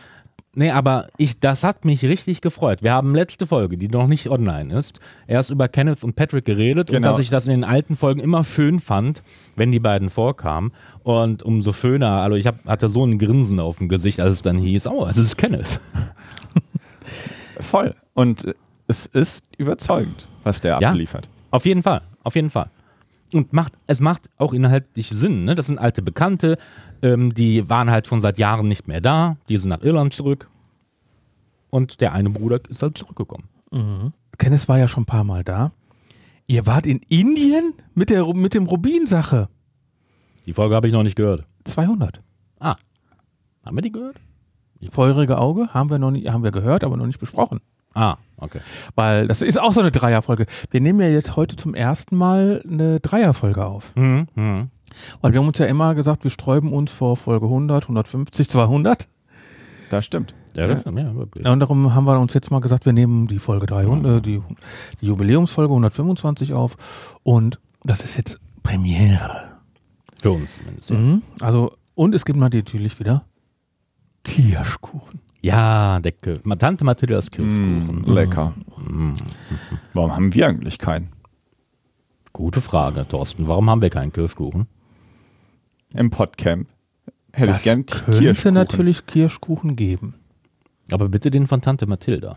S4: Nee, aber ich, das hat mich richtig gefreut. Wir haben letzte Folge, die noch nicht online ist, erst über Kenneth und Patrick geredet und
S5: Genau.
S4: dass ich das in den alten Folgen immer schön fand, wenn die beiden vorkamen. Und umso schöner, also ich hab, hatte so ein Grinsen auf dem Gesicht, als es dann hieß, oh, es ist Kenneth.
S5: Voll. Und äh, es ist überzeugend, was der
S4: Ja.
S5: abliefert.
S4: Auf jeden Fall, auf jeden Fall. Und macht, es macht auch inhaltlich Sinn, ne? Das sind alte Bekannte, ähm, die waren halt schon seit Jahren nicht mehr da, die sind nach Irland zurück. Und der eine Bruder ist halt zurückgekommen.
S3: Kenneth war ja schon ein paar Mal da. Ihr wart in Indien mit, der, mit dem Rubin-Sache.
S4: Die Folge habe ich noch nicht gehört.
S3: 200.
S4: Ah. Haben wir die gehört?
S3: Feurige Auge haben wir noch nie, haben wir gehört, aber noch nicht besprochen.
S4: Ah, okay.
S3: Weil das ist auch so eine Dreierfolge. Wir nehmen ja jetzt heute zum ersten Mal eine Dreierfolge auf.
S4: Hm, hm.
S3: Weil wir haben uns ja immer gesagt, wir sträuben uns vor Folge 100, 150, 200.
S5: Das stimmt.
S4: Ja, das stimmt, ja, wirklich.
S3: Ja, und darum haben wir uns jetzt mal gesagt, wir nehmen die Folge 300,
S5: Mhm.
S3: äh, die, die Jubiläumsfolge 125 auf. Und das ist jetzt Premiere.
S4: Für uns zumindest.
S3: Mhm. Also, und es gibt natürlich wieder Kirschkuchen.
S4: Ja, der Kö- Ma- Tante Mathildas
S3: Mhm.
S4: Kirschkuchen.
S5: Mm, Lecker. Warum haben wir eigentlich keinen?
S4: Gute Frage, Thorsten. Warum haben wir keinen Kirschkuchen?
S5: Im Podcamp hätte ich gern
S3: könnte
S5: Kirschkuchen.
S3: natürlich Kirschkuchen geben.
S4: Aber bitte den von Tante Mathilda.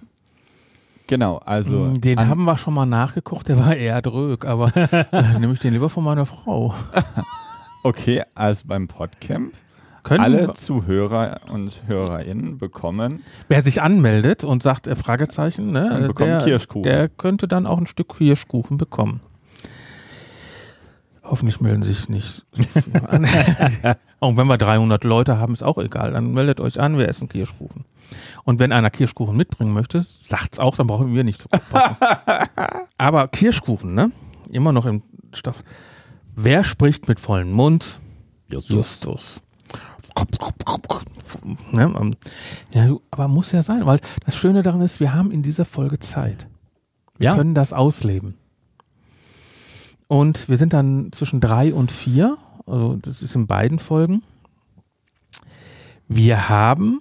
S5: Genau, also
S3: Mm, Den
S5: an-
S3: haben wir schon mal nachgekocht, der war eher drög, aber äh, nehme ich den lieber von meiner Frau.
S5: okay, also beim Podcamp
S3: Können
S5: alle
S3: wir-
S5: Zuhörer und HörerInnen bekommen.
S3: Wer sich anmeldet und sagt äh, Fragezeichen,
S5: Dann
S3: ne, äh,
S5: bekommt
S3: der,
S5: Kirschkuchen.
S3: der könnte dann auch ein Stück Kirschkuchen bekommen. Hoffentlich melden sich nicht so viele an. auch wenn wir 300 Leute haben, ist auch egal. Dann meldet euch an, wir essen Kirschkuchen. Und wenn einer Kirschkuchen mitbringen möchte, sagt's auch, dann brauchen wir nicht zu gucken. Aber Kirschkuchen, ne? Immer noch im Stoff. Wer spricht mit vollem Mund?
S4: Justus.
S3: Justus. Ne? ähm, Ja, du- aber muss ja sein, weil das Schöne daran ist, wir haben in dieser Folge Zeit. Wir
S4: Ja.
S3: können das ausleben. Und wir sind dann zwischen drei und vier, also das ist in beiden Folgen. Wir haben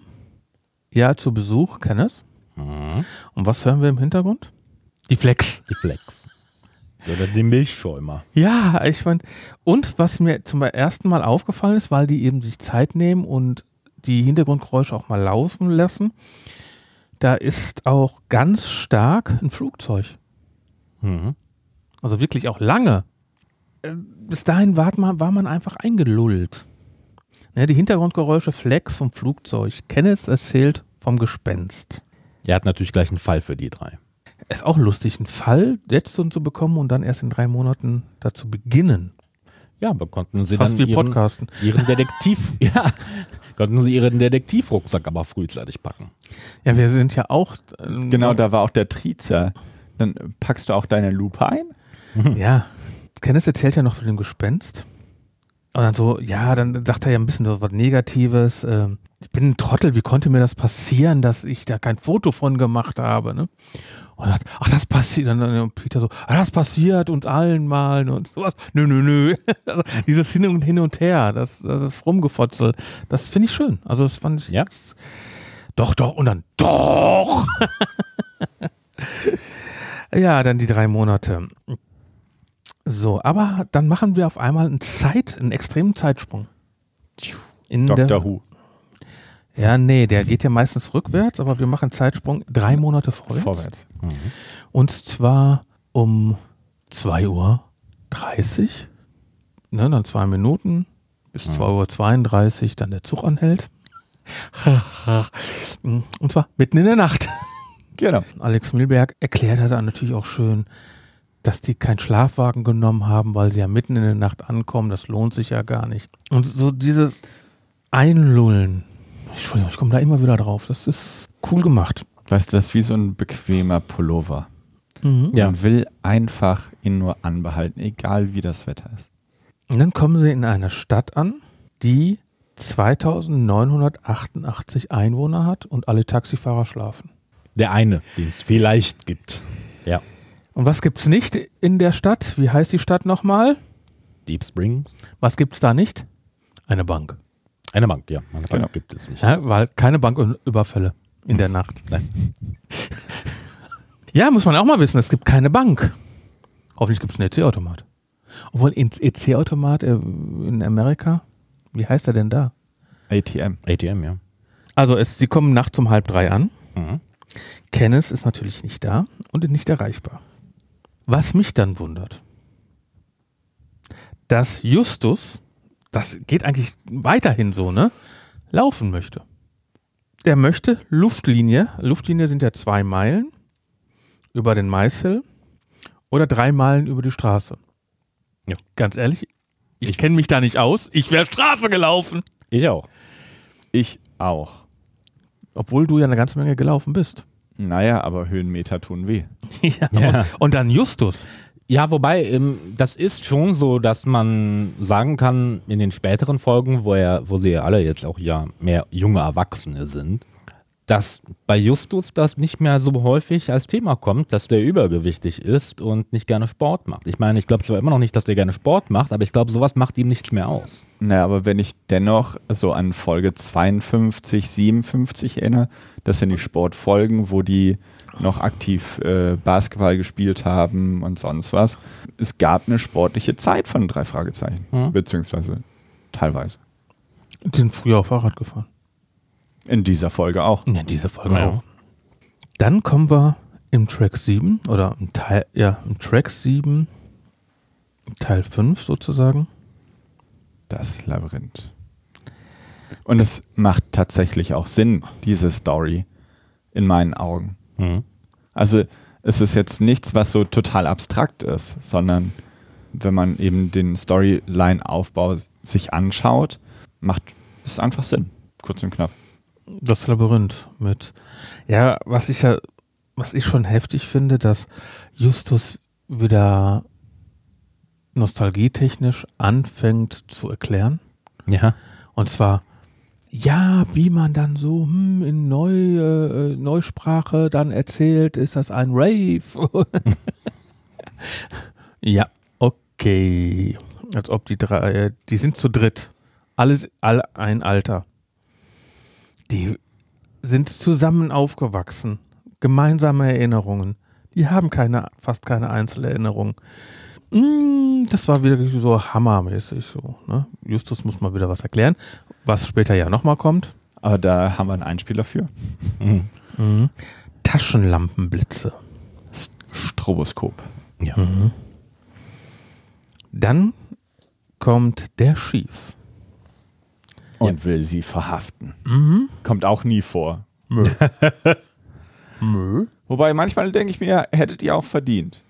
S3: ja zu Besuch Kenneth.
S4: Mhm.
S3: Und was hören wir im Hintergrund? Die Flex.
S4: Die Flex. Oder den Milchschäumer.
S3: Ja, ich fand. Und was mir zum ersten Mal aufgefallen ist, weil die eben sich Zeit nehmen und die Hintergrundgeräusche auch mal laufen lassen, da ist auch ganz stark ein Flugzeug.
S4: Mhm.
S3: Also wirklich auch lange. Äh, Bis dahin war man, war man einfach eingelullt. Ne, die Hintergrundgeräusche Flex vom Flugzeug. Kenneth erzählt vom Gespenst.
S4: Er hat natürlich gleich einen Fall für die drei.
S3: Ist auch lustig, einen Fall jetzt so zu bekommen und dann erst in drei Monaten dazu beginnen.
S4: Ja, aber konnten sie
S3: Fast
S4: dann
S3: wie
S4: ihren,
S3: Podcasten.
S4: ihren Detektiv, ja, konnten sie ihren Detektivrucksack aber frühzeitig packen.
S3: Ja, wir sind ja auch. ähm,
S5: Genau, da war auch der Trizer. Dann packst du auch deine Lupe ein?
S3: Ja. Kenneth erzählt ja noch von dem Gespenst. Und dann so, ja, dann sagt er ja ein bisschen so was Negatives. Ähm, ich bin ein Trottel, wie konnte mir das passieren, dass ich da kein Foto von gemacht habe, ne? Und sagt, ach, das passiert. Dann, dann Peter so, ah, das passiert uns allen mal ne? und sowas. Nö, nö, nö. Also, dieses Hin und Hin und Her, das, das ist rumgefotzel. Das finde ich schön. Also, das fand ich.
S4: Ja.
S3: Doch, doch, und dann doch. Ja, dann die drei Monate. So, aber dann machen wir auf einmal einen Zeit, einen extremen Zeitsprung. In
S5: Dr.
S3: der,
S5: Who.
S3: Ja, nee, der geht ja meistens rückwärts, aber wir machen Zeitsprung drei Monate vorwärts.
S5: Vorwärts.
S3: Und zwar um 2.30 Uhr, ne, dann zwei Minuten, bis
S5: Hm.
S3: 2.32 Uhr dann der Zug anhält. Und zwar mitten in der Nacht.
S5: Genau.
S3: Alex Milberg erklärt das dann natürlich auch schön, dass die keinen Schlafwagen genommen haben, weil sie ja mitten in der Nacht ankommen. Das lohnt sich ja gar nicht. Und so dieses Einlullen. Entschuldigung, ich komme da immer wieder drauf. Das ist cool gemacht.
S5: Weißt du, das ist wie so ein bequemer Pullover.
S3: Mhm.
S4: Ja.
S5: Man will einfach ihn nur anbehalten, egal wie das Wetter ist.
S3: Und dann kommen sie in einer Stadt an, die 2988 Einwohner hat und alle Taxifahrer schlafen.
S4: Der eine, den es vielleicht gibt. Ja.
S3: Und was gibt's nicht in der Stadt? Wie heißt die Stadt nochmal?
S4: Deep Spring.
S3: Was gibt's da nicht? Eine Bank.
S4: Eine Bank, ja. Eine Bank
S5: Genau.
S4: gibt es nicht.
S3: Ja, weil keine Banküberfälle in der Nacht.
S4: Nein.
S3: Ja, muss man auch mal wissen, es gibt keine Bank. Hoffentlich gibt es einen EC-Automat. Obwohl, ins EC-Automat äh, in Amerika, wie heißt er denn da?
S5: ATM.
S4: ATM, ja.
S3: Also, es, sie kommen nachts um halb drei an.
S4: Mhm.
S3: Kenneth ist natürlich nicht da und nicht erreichbar. Was mich dann wundert, dass Justus, das geht eigentlich weiterhin so, ne? Laufen möchte. Der möchte Luftlinie, Luftlinie sind ja zwei Meilen über den Maishill oder drei Meilen über die Straße.
S4: Ja.
S3: Ganz ehrlich, ich kenne mich da nicht aus. Ich wäre Straße gelaufen.
S4: Ich auch.
S5: Ich auch.
S3: Obwohl du ja eine ganze Menge gelaufen bist.
S5: Naja, aber Höhenmeter tun weh.
S3: ja.
S4: Ja.
S3: Und, und dann Justus.
S4: Ja, wobei, ähm, das ist schon so, dass man sagen kann, in den späteren Folgen, wo, er, wo sie ja alle jetzt auch ja mehr junge Erwachsene sind, dass bei Justus das nicht mehr so häufig als Thema kommt, dass der übergewichtig ist und nicht gerne Sport macht. Ich meine, ich glaube zwar immer noch nicht, dass der gerne Sport macht, aber ich glaube, sowas macht ihm nichts mehr aus.
S5: Naja, aber wenn ich dennoch so an Folge 52, 57 erinnere, das sind die Sportfolgen, wo die noch aktiv äh, Basketball gespielt haben und sonst was. Es gab eine sportliche Zeit von drei Fragezeichen, beziehungsweise teilweise.
S3: Die sind früher auf Fahrrad gefahren.
S5: In dieser Folge auch.
S3: Ja, diese Folge
S4: Ja.
S3: auch. Dann kommen wir im Track 7 oder im Teil, ja, im Track 7, Teil 5 sozusagen.
S5: Das Labyrinth. Und es macht tatsächlich auch Sinn, diese Story, in meinen Augen. Also es ist jetzt nichts, was so total abstrakt ist, sondern wenn man eben den Storyline-Aufbau sich anschaut, macht es einfach Sinn. Kurz und knapp.
S3: Das Labyrinth mit. Ja, was ich ja, was ich schon heftig finde, dass Justus wieder nostalgietechnisch anfängt zu erklären.
S4: Ja.
S3: Und zwar, ja, wie man dann so hm, in Neu, äh, äh, Neusprache dann erzählt, ist das ein Rave. ja, okay. Als ob die drei, äh, die sind zu dritt. Alles, all ein Alter. Die sind zusammen aufgewachsen. Gemeinsame Erinnerungen. Die haben keine, fast keine Einzelerinnerungen. Mm, das war wieder so hammermäßig so. Ne? Justus muss mal wieder was erklären, was später ja nochmal kommt.
S5: Aber da haben wir einen Einspieler für.
S3: Taschenlampenblitze.
S5: S- Stroboskop.
S4: Ja.
S3: Dann kommt der Schief.
S5: Und will sie verhaften. Kommt auch nie vor.
S3: Mö.
S5: Wobei manchmal denke ich mir, hättet ihr auch verdient.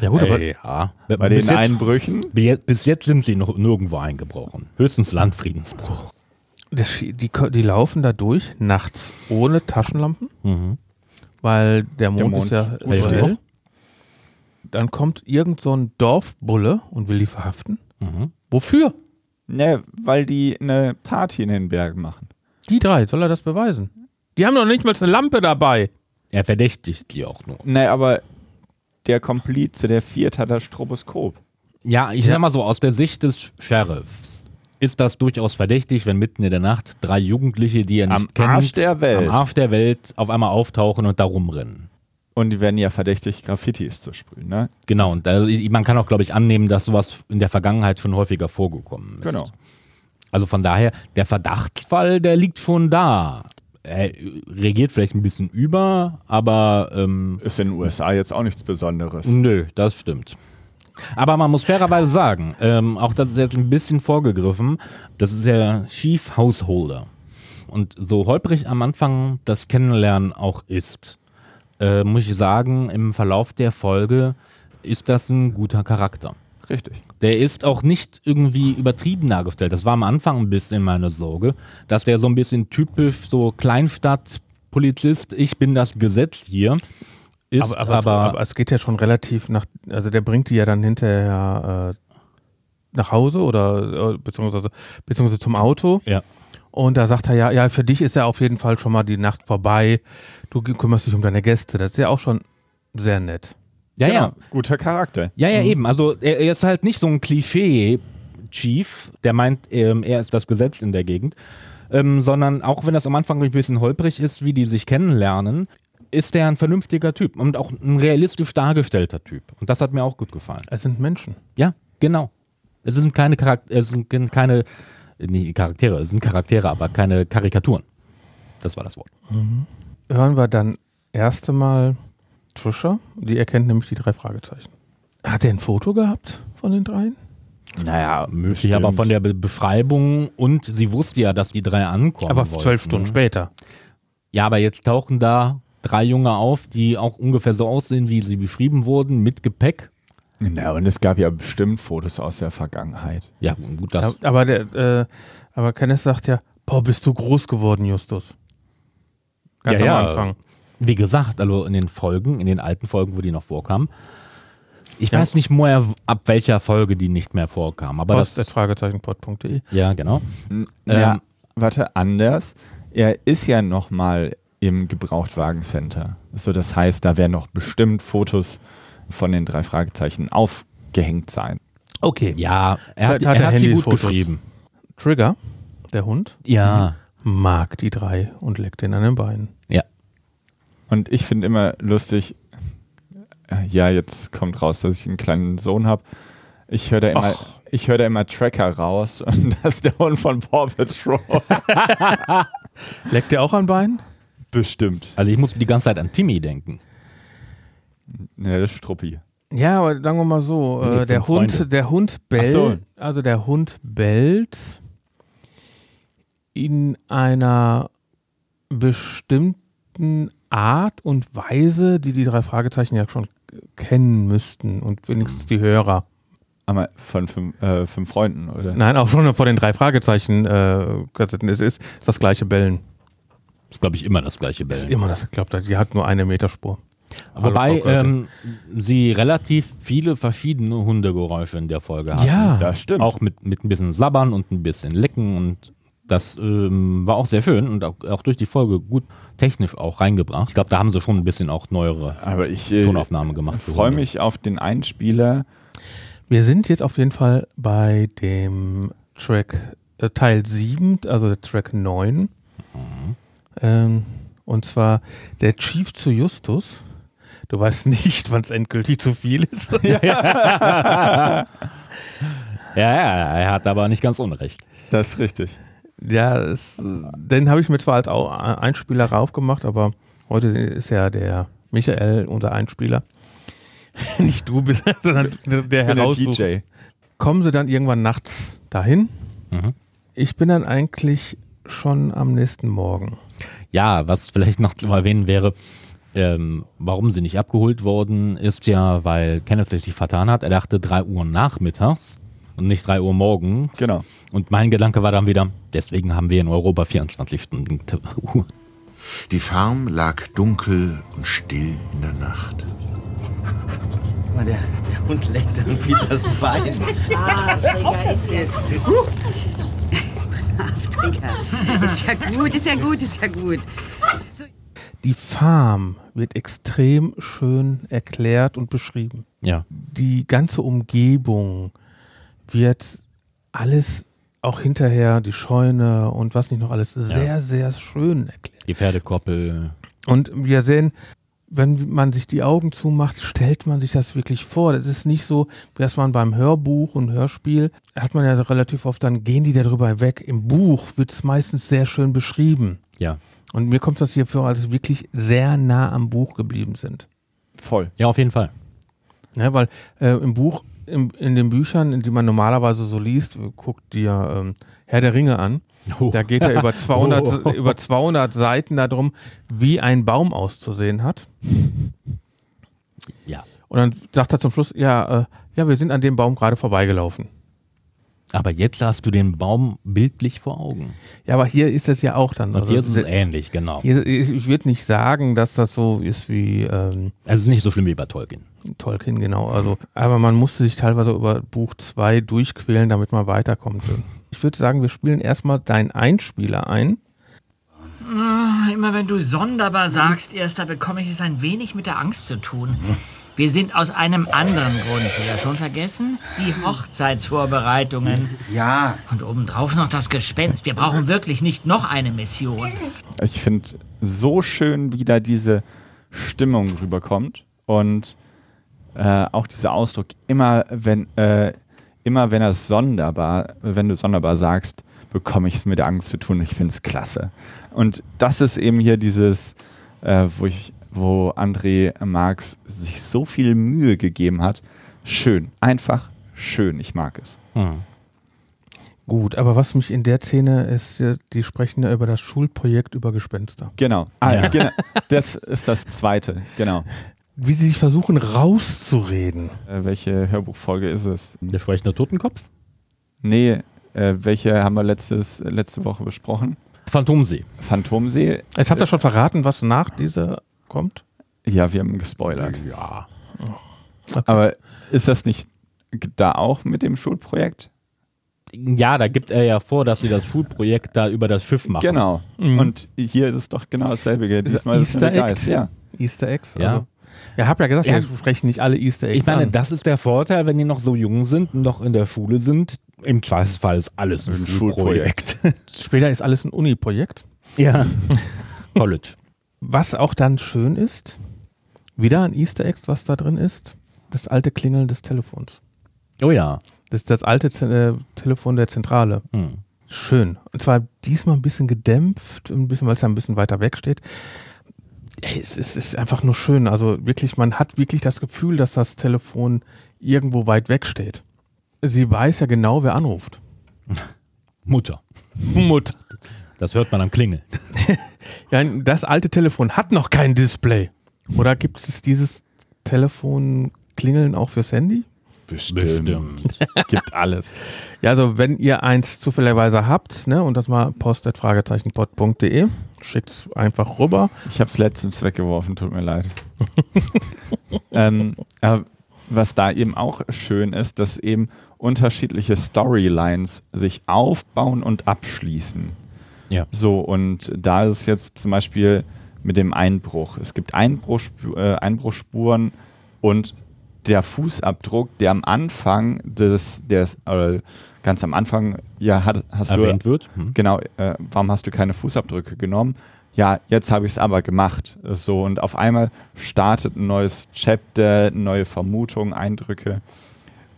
S3: Ja gut, aber
S4: Äh, ja.
S5: Bei
S4: bis,
S5: den
S4: jetzt,
S5: Einbrüchen.
S4: bi- bis jetzt sind sie noch nirgendwo eingebrochen. Höchstens Landfriedensbruch.
S3: der Schie- die, ko- die laufen da durch nachts ohne Taschenlampen, weil der Mond,
S5: Mond
S3: ist ja
S5: ist
S3: so
S5: hell.
S3: hell. Dann kommt irgend so ein Dorfbulle und will die verhaften. Wofür?
S5: Ne, weil die eine Party in den Bergen machen.
S3: Die drei, soll er das beweisen? Die haben doch nicht mal eine Lampe dabei.
S4: Er verdächtigt sie auch nur.
S5: Ne, aber der Komplize, der Viert, hat das Stroboskop.
S4: Ja, ich sag mal so, aus der Sicht des Sheriffs ist das durchaus verdächtig, wenn mitten in der Nacht drei Jugendliche, die er nicht
S5: Am
S4: kennt,
S5: Arsch der Welt.
S4: am Arsch der Welt auf einmal auftauchen und da rumrennen.
S5: Und die werden ja verdächtig, Graffitis zu sprühen, ne?
S4: Genau, und da, ich- man kann auch, glaube ich, annehmen, dass sowas in der Vergangenheit schon häufiger vorgekommen ist.
S5: Genau.
S4: Also von daher, der Verdachtsfall, der liegt schon da. Er regiert vielleicht ein bisschen über, aber ähm,
S5: Ist in den USA jetzt auch nichts Besonderes.
S4: nö, das stimmt. Aber man muss fairerweise sagen, ähm, auch das ist jetzt ein bisschen vorgegriffen, das ist ja Chief Householder. Und so holprig am Anfang das Kennenlernen auch ist, äh, muss ich sagen, im Verlauf der Folge ist das ein guter Charakter.
S5: Richtig.
S4: Der ist auch nicht irgendwie übertrieben dargestellt. Das war am Anfang ein bisschen meine Sorge, dass der so ein bisschen typisch so Kleinstadtpolizist, ich bin das Gesetz hier, ist.
S3: Aber, aber, es, also aber es geht ja schon relativ nach, also der bringt die ja dann hinterher äh, nach Hause oder äh, beziehungsweise, beziehungsweise zum Auto.
S4: ja.
S3: Und da sagt er ja, ja, für dich ist ja auf jeden Fall schon mal die Nacht vorbei. Du ge- kümmerst dich um deine Gäste. Das ist ja auch schon sehr nett.
S4: Ja,
S5: Genau,
S4: ja,
S5: Guter Charakter.
S4: ja,
S3: Mhm.
S4: ja, eben. Also er, er ist halt nicht so ein Klischee-Chief, der meint, ähm, er ist das Gesetz in der Gegend, ähm, sondern auch wenn das am Anfang ein bisschen holprig ist, wie die sich kennenlernen, ist er ein vernünftiger Typ und auch ein realistisch dargestellter Typ. Und das hat mir auch gut gefallen.
S3: Es sind Menschen.
S4: Ja, genau. Es sind keine Charaktere, es sind gen- keine, nicht Charaktere, es sind Charaktere, aber keine Karikaturen. Das war das Wort.
S3: Hören wir dann erste Mal Trisha. Die erkennt nämlich die drei Fragezeichen. Hat er ein Foto gehabt von den dreien?
S5: Naja,
S4: Möglich, aber von der Be Beschreibung und sie wusste ja, dass die drei ankommen.
S3: Aber
S4: wollten,
S3: zwölf Stunden
S4: ne?
S3: später.
S4: Ja, aber jetzt tauchen da drei Junge auf, die auch ungefähr so aussehen, wie sie beschrieben wurden, mit Gepäck.
S5: Na, und es gab ja bestimmt Fotos aus der Vergangenheit.
S4: Ja, gut, das.
S3: Ja, aber, der, äh, aber Kenneth sagt ja, boah, bist du groß geworden, Justus. Ganz
S4: Ja,
S3: am
S4: ja.
S3: Anfang.
S4: Wie gesagt, also in den Folgen, in den alten Folgen, wo die noch vorkamen. Ich
S3: Ja.
S4: weiß nicht mehr, ab welcher Folge die nicht mehr vorkamen, aber
S3: Post
S4: das.
S3: Fragezeichenpod.de.
S4: Ja, genau.
S5: ja, Ähm, warte, anders. Er ist ja noch mal im Gebrauchtwagencenter. So, das heißt, da werden noch bestimmt Fotos von den drei Fragezeichen aufgehängt sein.
S4: Okay. Ja, er hat,
S3: Vielleicht hat
S4: er
S3: er
S4: hat sie gut
S3: Handyfotos.
S4: beschrieben.
S3: Trigger, der Hund,
S4: Ja.
S3: mag die drei und leckt ihn an den Beinen.
S4: Ja.
S5: Und ich finde immer lustig, äh, ja, jetzt kommt raus, dass ich einen kleinen Sohn habe. Ich höre da immer, ich höre da immer Tracker raus und das ist der Hund von Paw Patrol.
S3: Leckt er auch an Beinen?
S5: bestimmt.
S4: Also ich musste die ganze Zeit an Timmy denken.
S5: Ne, das ist Struppi.
S3: Ja, aber sagen wir mal so,
S4: Nee,
S3: äh, der,
S4: fünf Freunde.
S3: Hund, der Hund bellt,
S5: so.
S3: also der Hund bellt in einer bestimmten Art und Weise, die die drei Fragezeichen ja schon kennen müssten und wenigstens die Hörer.
S5: Aber von fünf, äh, fünf Freunden, oder?
S3: Nein, auch schon vor den drei Fragezeichen äh, Kassetten. es ist, ist das gleiche Bellen.
S4: Ist, glaube ich, immer das gleiche
S3: Ist
S4: Bellen.
S3: immer das, ich glaube, die hat nur eine Meterspur.
S4: Wobei
S3: Hallo, Frau Körte.
S4: ähm, sie relativ viele verschiedene Hundegeräusche in der Folge hatten.
S3: ja,
S5: Das stimmt.
S4: Auch mit, mit ein bisschen Sabbern und ein bisschen Lecken und das ähm, war auch sehr schön und auch, auch durch die Folge gut technisch auch reingebracht. Ich glaube, da haben sie schon ein bisschen auch neuere
S5: Aber ich äh,
S4: Tonaufnahmen gemacht. für
S5: freue
S4: Hunde.
S5: mich auf den einen Spieler.
S3: wir sind jetzt auf jeden Fall bei dem Track äh, Teil 7, also der Track 9.
S5: Mhm.
S3: Ähm, und zwar der Chief zu Justus. Du weißt nicht, wann es endgültig zu viel ist.
S4: Ja, ja, er hat aber nicht ganz unrecht.
S5: Das ist richtig.
S3: Ja, es, den habe ich mir zwar als Au- äh, Einspieler raufgemacht, aber heute ist ja der Michael unser Einspieler. Nicht du bist, sondern der
S5: Ich bin der
S3: Heraussucher.
S5: DJ.
S3: Kommen sie dann irgendwann nachts dahin?
S4: Mhm.
S3: Ich bin dann eigentlich schon am nächsten Morgen.
S4: Ja, was vielleicht noch zu erwähnen wäre, ähm, warum sie nicht abgeholt worden ist, ja, weil Kenneth sich vertan hat. Er dachte 3 Uhr nachmittags und nicht 3 Uhr morgens.
S5: Genau.
S4: Und mein Gedanke war dann wieder, deswegen haben wir in Europa 24 Stunden Uhr.
S7: Die Farm lag dunkel und still in der Nacht.
S8: Der, der Hund leckt irgendwie das Bein.
S9: Ist ja gut, ist ja gut, ist ja gut.
S3: Die Farm wird extrem schön erklärt und beschrieben.
S4: Ja.
S3: die ganze Umgebung wird alles auch hinterher, die Scheune und was nicht noch alles, sehr, sehr schön erklärt.
S4: Die Pferdekoppel.
S3: Und wir sehen wenn man sich die Augen zumacht, stellt man sich das wirklich vor. Das ist nicht so, dass man beim Hörbuch und Hörspiel, hat man ja relativ oft, dann gehen die darüber weg. Im Buch wird es meistens sehr schön beschrieben.
S4: Ja.
S3: Und mir kommt das hier vor, als wirklich sehr nah am Buch geblieben sind.
S5: Voll.
S4: Ja, auf jeden Fall.
S3: Ne, weil äh, im Buch, im, in den Büchern, in die man normalerweise so liest, äh, guckt dir ähm, Herr der Ringe an.
S4: Oh.
S3: Da geht er über 200, über 200 Seiten darum, wie ein Baum auszusehen hat.
S4: Ja.
S3: Und dann sagt er zum Schluss, ja, äh, ja, wir sind an dem Baum gerade vorbeigelaufen.
S4: Aber jetzt hast du den Baum bildlich vor Augen.
S3: Ja, aber hier ist es ja auch dann.
S4: Und
S3: also,
S4: hier ist es ähnlich, genau.
S3: hier ist- ich würde nicht sagen, dass das so ist wie ähm,
S4: Also es ist nicht so schlimm wie bei Tolkien.
S3: Tolkien, genau. Also, aber man musste sich teilweise über Buch 2 durchquälen, damit man weiterkommt. Ich würde sagen, wir spielen erstmal deinen Einspieler ein.
S10: Immer wenn du sonderbar sagst, Erster, bekomme ich es ein wenig mit der Angst zu tun. Wir sind aus einem anderen Grund hier. Schon vergessen? Die Hochzeitsvorbereitungen.
S8: Ja,
S10: Und obendrauf noch das Gespenst. Wir brauchen wirklich nicht noch eine Mission.
S5: Ich finde so schön, wie da diese Stimmung rüberkommt und äh, auch dieser Ausdruck, immer wenn, äh, immer wenn das sonderbar, wenn du sonderbar sagst, bekomme ich es mit der Angst zu tun. Ich finde es klasse. Und das ist eben hier dieses, äh, wo ich, wo André Marx sich so viel Mühe gegeben hat. Schön, einfach schön. Ich mag es.
S3: Gut, aber was mich in der Szene ist, äh, die sprechen ja über das Schulprojekt über Gespenster.
S5: Genau. Ah, genau. Das ist das Zweite. Genau.
S3: Wie sie sich versuchen rauszureden.
S5: Äh, welche Hörbuchfolge ist es?
S4: Der sprechende Totenkopf?
S5: Nee, äh, welche haben wir letztes, letzte Woche besprochen?
S4: Phantomsee.
S5: Phantomsee?
S3: Jetzt habt ihr schon verraten, was nach dieser kommt.
S5: Ja, wir haben gespoilert.
S4: Ja.
S5: Aber ist das nicht da auch mit dem Schulprojekt?
S4: Ja, da gibt er ja vor, dass sie das Schulprojekt da über das Schiff machen.
S5: Genau. Und hier ist es doch genau dasselbe. Diesmal ist es
S3: Mhm. Easter
S5: mit
S3: Egg.
S5: Geist. Ja.
S3: Easter Eggs.
S4: Ja.
S3: Also, ihr habt ja gesagt,
S4: Ja.
S3: wir sprechen nicht alle Easter Eggs.
S4: Ich meine,
S3: an.
S4: das ist der Vorteil, wenn die noch so jung sind und noch in der Schule sind. Im Zweifelsfall ist alles ein, Schulprojekt.
S3: später ist alles ein Uni-Projekt.
S4: ja. College.
S3: Was auch dann schön ist, wieder ein Easter Egg, was da drin ist, das alte Klingeln des Telefons.
S4: Oh ja.
S3: Das ist das alte Ze- äh, Telefon der Zentrale.
S4: Hm.
S3: Schön. Und zwar diesmal ein bisschen gedämpft, ein bisschen, weil es ja ein bisschen weiter weg steht. Ey, es, ist- es ist einfach nur schön. Also wirklich, man hat wirklich das Gefühl, dass das Telefon irgendwo weit weg steht. Sie weiß ja genau, wer anruft.
S4: Mutter.
S3: Mutter.
S4: Das hört man am Klingeln.
S3: Ja, das alte Telefon hat noch kein Display. Oder gibt es dieses Telefon klingeln auch fürs Handy?
S4: Bestimmt.
S5: Gibt alles.
S3: Ja, also wenn ihr eins zufälligerweise habt, ne, und das mal post.fragezeichenpod.de, schickt's einfach rüber.
S5: Ich habe es letztens weggeworfen, tut mir leid. ähm, aber was da eben auch schön ist, dass eben unterschiedliche Storylines sich aufbauen und abschließen.
S4: Ja.
S5: So, und da ist es jetzt zum Beispiel mit dem Einbruch. Es gibt Einbruchspu- äh, Einbruchspuren und der Fußabdruck, der am Anfang des, der, äh, ganz am Anfang, ja, hat, hast
S4: Erwähnt
S5: du,
S4: wird. Hm.
S5: genau, äh, warum hast du keine Fußabdrücke genommen? Ja, jetzt habe ich es aber gemacht. Äh, So, und auf einmal startet ein neues Chapter, neue Vermutungen, Eindrücke.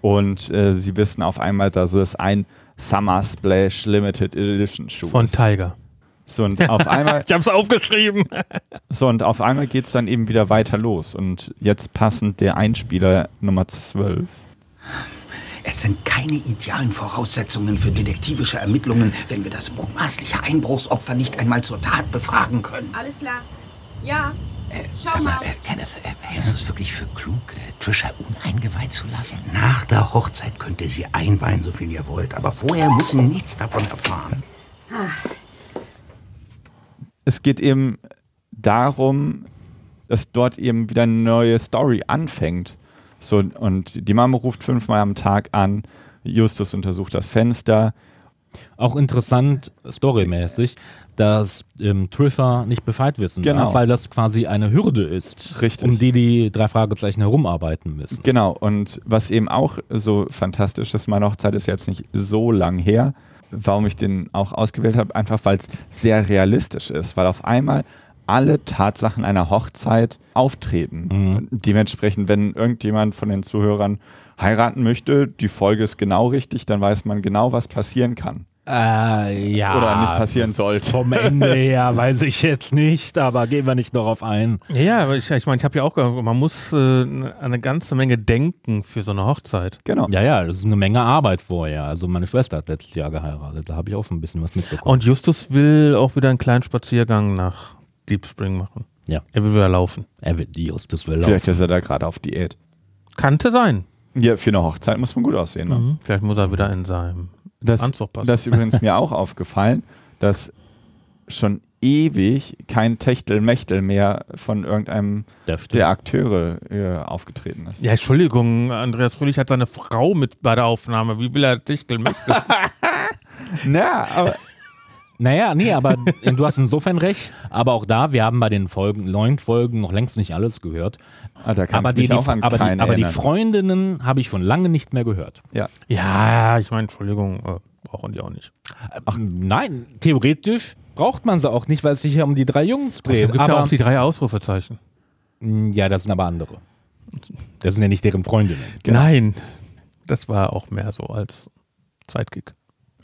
S5: Und äh, sie wissen auf einmal, dass es ein Summer Splash Limited Edition Schuh
S3: Von
S5: ist.
S3: Tiger.
S5: So, und auf einmal,
S3: Ich hab's aufgeschrieben.
S5: so, und auf einmal geht es dann eben wieder weiter los. Und jetzt passend der Einspieler Nummer 12.
S8: Es sind keine idealen Voraussetzungen für detektivische Ermittlungen, wenn wir das mutmaßliche Einbruchsopfer nicht einmal zur Tat befragen können.
S9: Alles klar. Ja, schau
S8: Sag mal,
S9: mal.
S8: äh, Kenneth, äh, hältst du es wirklich für klug, äh, Trisha uneingeweiht zu lassen? Nach der Hochzeit könnt ihr sie einweihen, so viel ihr wollt, aber vorher muss sie nichts davon erfahren.
S5: Es geht eben darum, dass dort eben wieder eine neue Story anfängt. So, und die Mama ruft fünfmal am Tag an, Justus untersucht das Fenster.
S4: Auch interessant, storymäßig, dass ähm, Trisha nicht Bescheid wissen darf,
S5: Genau.
S4: weil das quasi eine Hürde ist,
S5: Richtig.
S4: um die die drei Fragezeichen herumarbeiten müssen.
S5: Genau, und was eben auch so fantastisch ist, meine Hochzeit ist jetzt nicht so lang her, warum ich den auch ausgewählt habe, einfach weil es sehr realistisch ist, weil auf einmal alle Tatsachen einer Hochzeit
S4: Mhm.
S5: auftreten. Dementsprechend, wenn irgendjemand von den Zuhörern heiraten möchte, die Folge ist genau richtig, dann weiß man genau, was passieren kann.
S4: Äh, ja.
S5: Oder nicht passieren sollte.
S4: Vom Ende her weiß ich jetzt nicht, aber gehen wir nicht darauf ein.
S3: Ja, Ja, aber ich, ich meine, ich habe ja auch gehört, man muss äh, eine ganze Menge denken für so eine Hochzeit.
S5: Genau.
S4: Ja, ja, das ist eine Menge Arbeit vorher. Also meine Schwester hat letztes Jahr geheiratet, da habe ich auch schon ein bisschen was mitbekommen.
S3: Und Justus will auch wieder einen kleinen Spaziergang nach Deep Spring machen.
S4: Ja.
S3: Er will wieder laufen.
S4: er wird die Justus will laufen.
S5: Vielleicht ist er da gerade auf Diät.
S3: Kannte sein.
S5: Ja, für eine Hochzeit muss man gut aussehen. Ne?
S4: Mhm.
S3: Vielleicht muss er wieder in seinem
S5: Das,
S3: Anzug passen.
S5: das ist übrigens mir auch aufgefallen, dass schon ewig kein Techtelmechtel mehr von irgendeinem
S4: Das stimmt.
S5: der Akteure äh, aufgetreten ist.
S3: ja, Entschuldigung, Andreas Fröhlich hat seine Frau mit bei der Aufnahme. Wie will er Tichtelmechtel?
S5: Na, aber
S4: Naja, nee, aber äh, du hast insofern recht. Aber auch da, wir haben bei den Folgen, neuen Folgen noch längst nicht alles gehört.
S5: ah, da kann
S4: aber
S5: ich
S4: die,
S5: mich
S4: die,
S5: auch an
S4: aber, die,
S5: keinen
S4: aber die
S5: erinnern.
S4: Freundinnen habe ich schon lange nicht mehr gehört.
S5: ja.
S3: ja, ich meine, Entschuldigung, äh, brauchen die auch nicht.
S4: Ach nein, theoretisch braucht man sie auch nicht, weil es sich ja um die drei Jungs
S3: Es
S4: dreht.
S3: gibt ja auch die drei Ausrufezeichen.
S4: ja, das sind aber andere. Das sind ja nicht deren Freundinnen.
S3: Nein, das war auch mehr so als Zeitkick.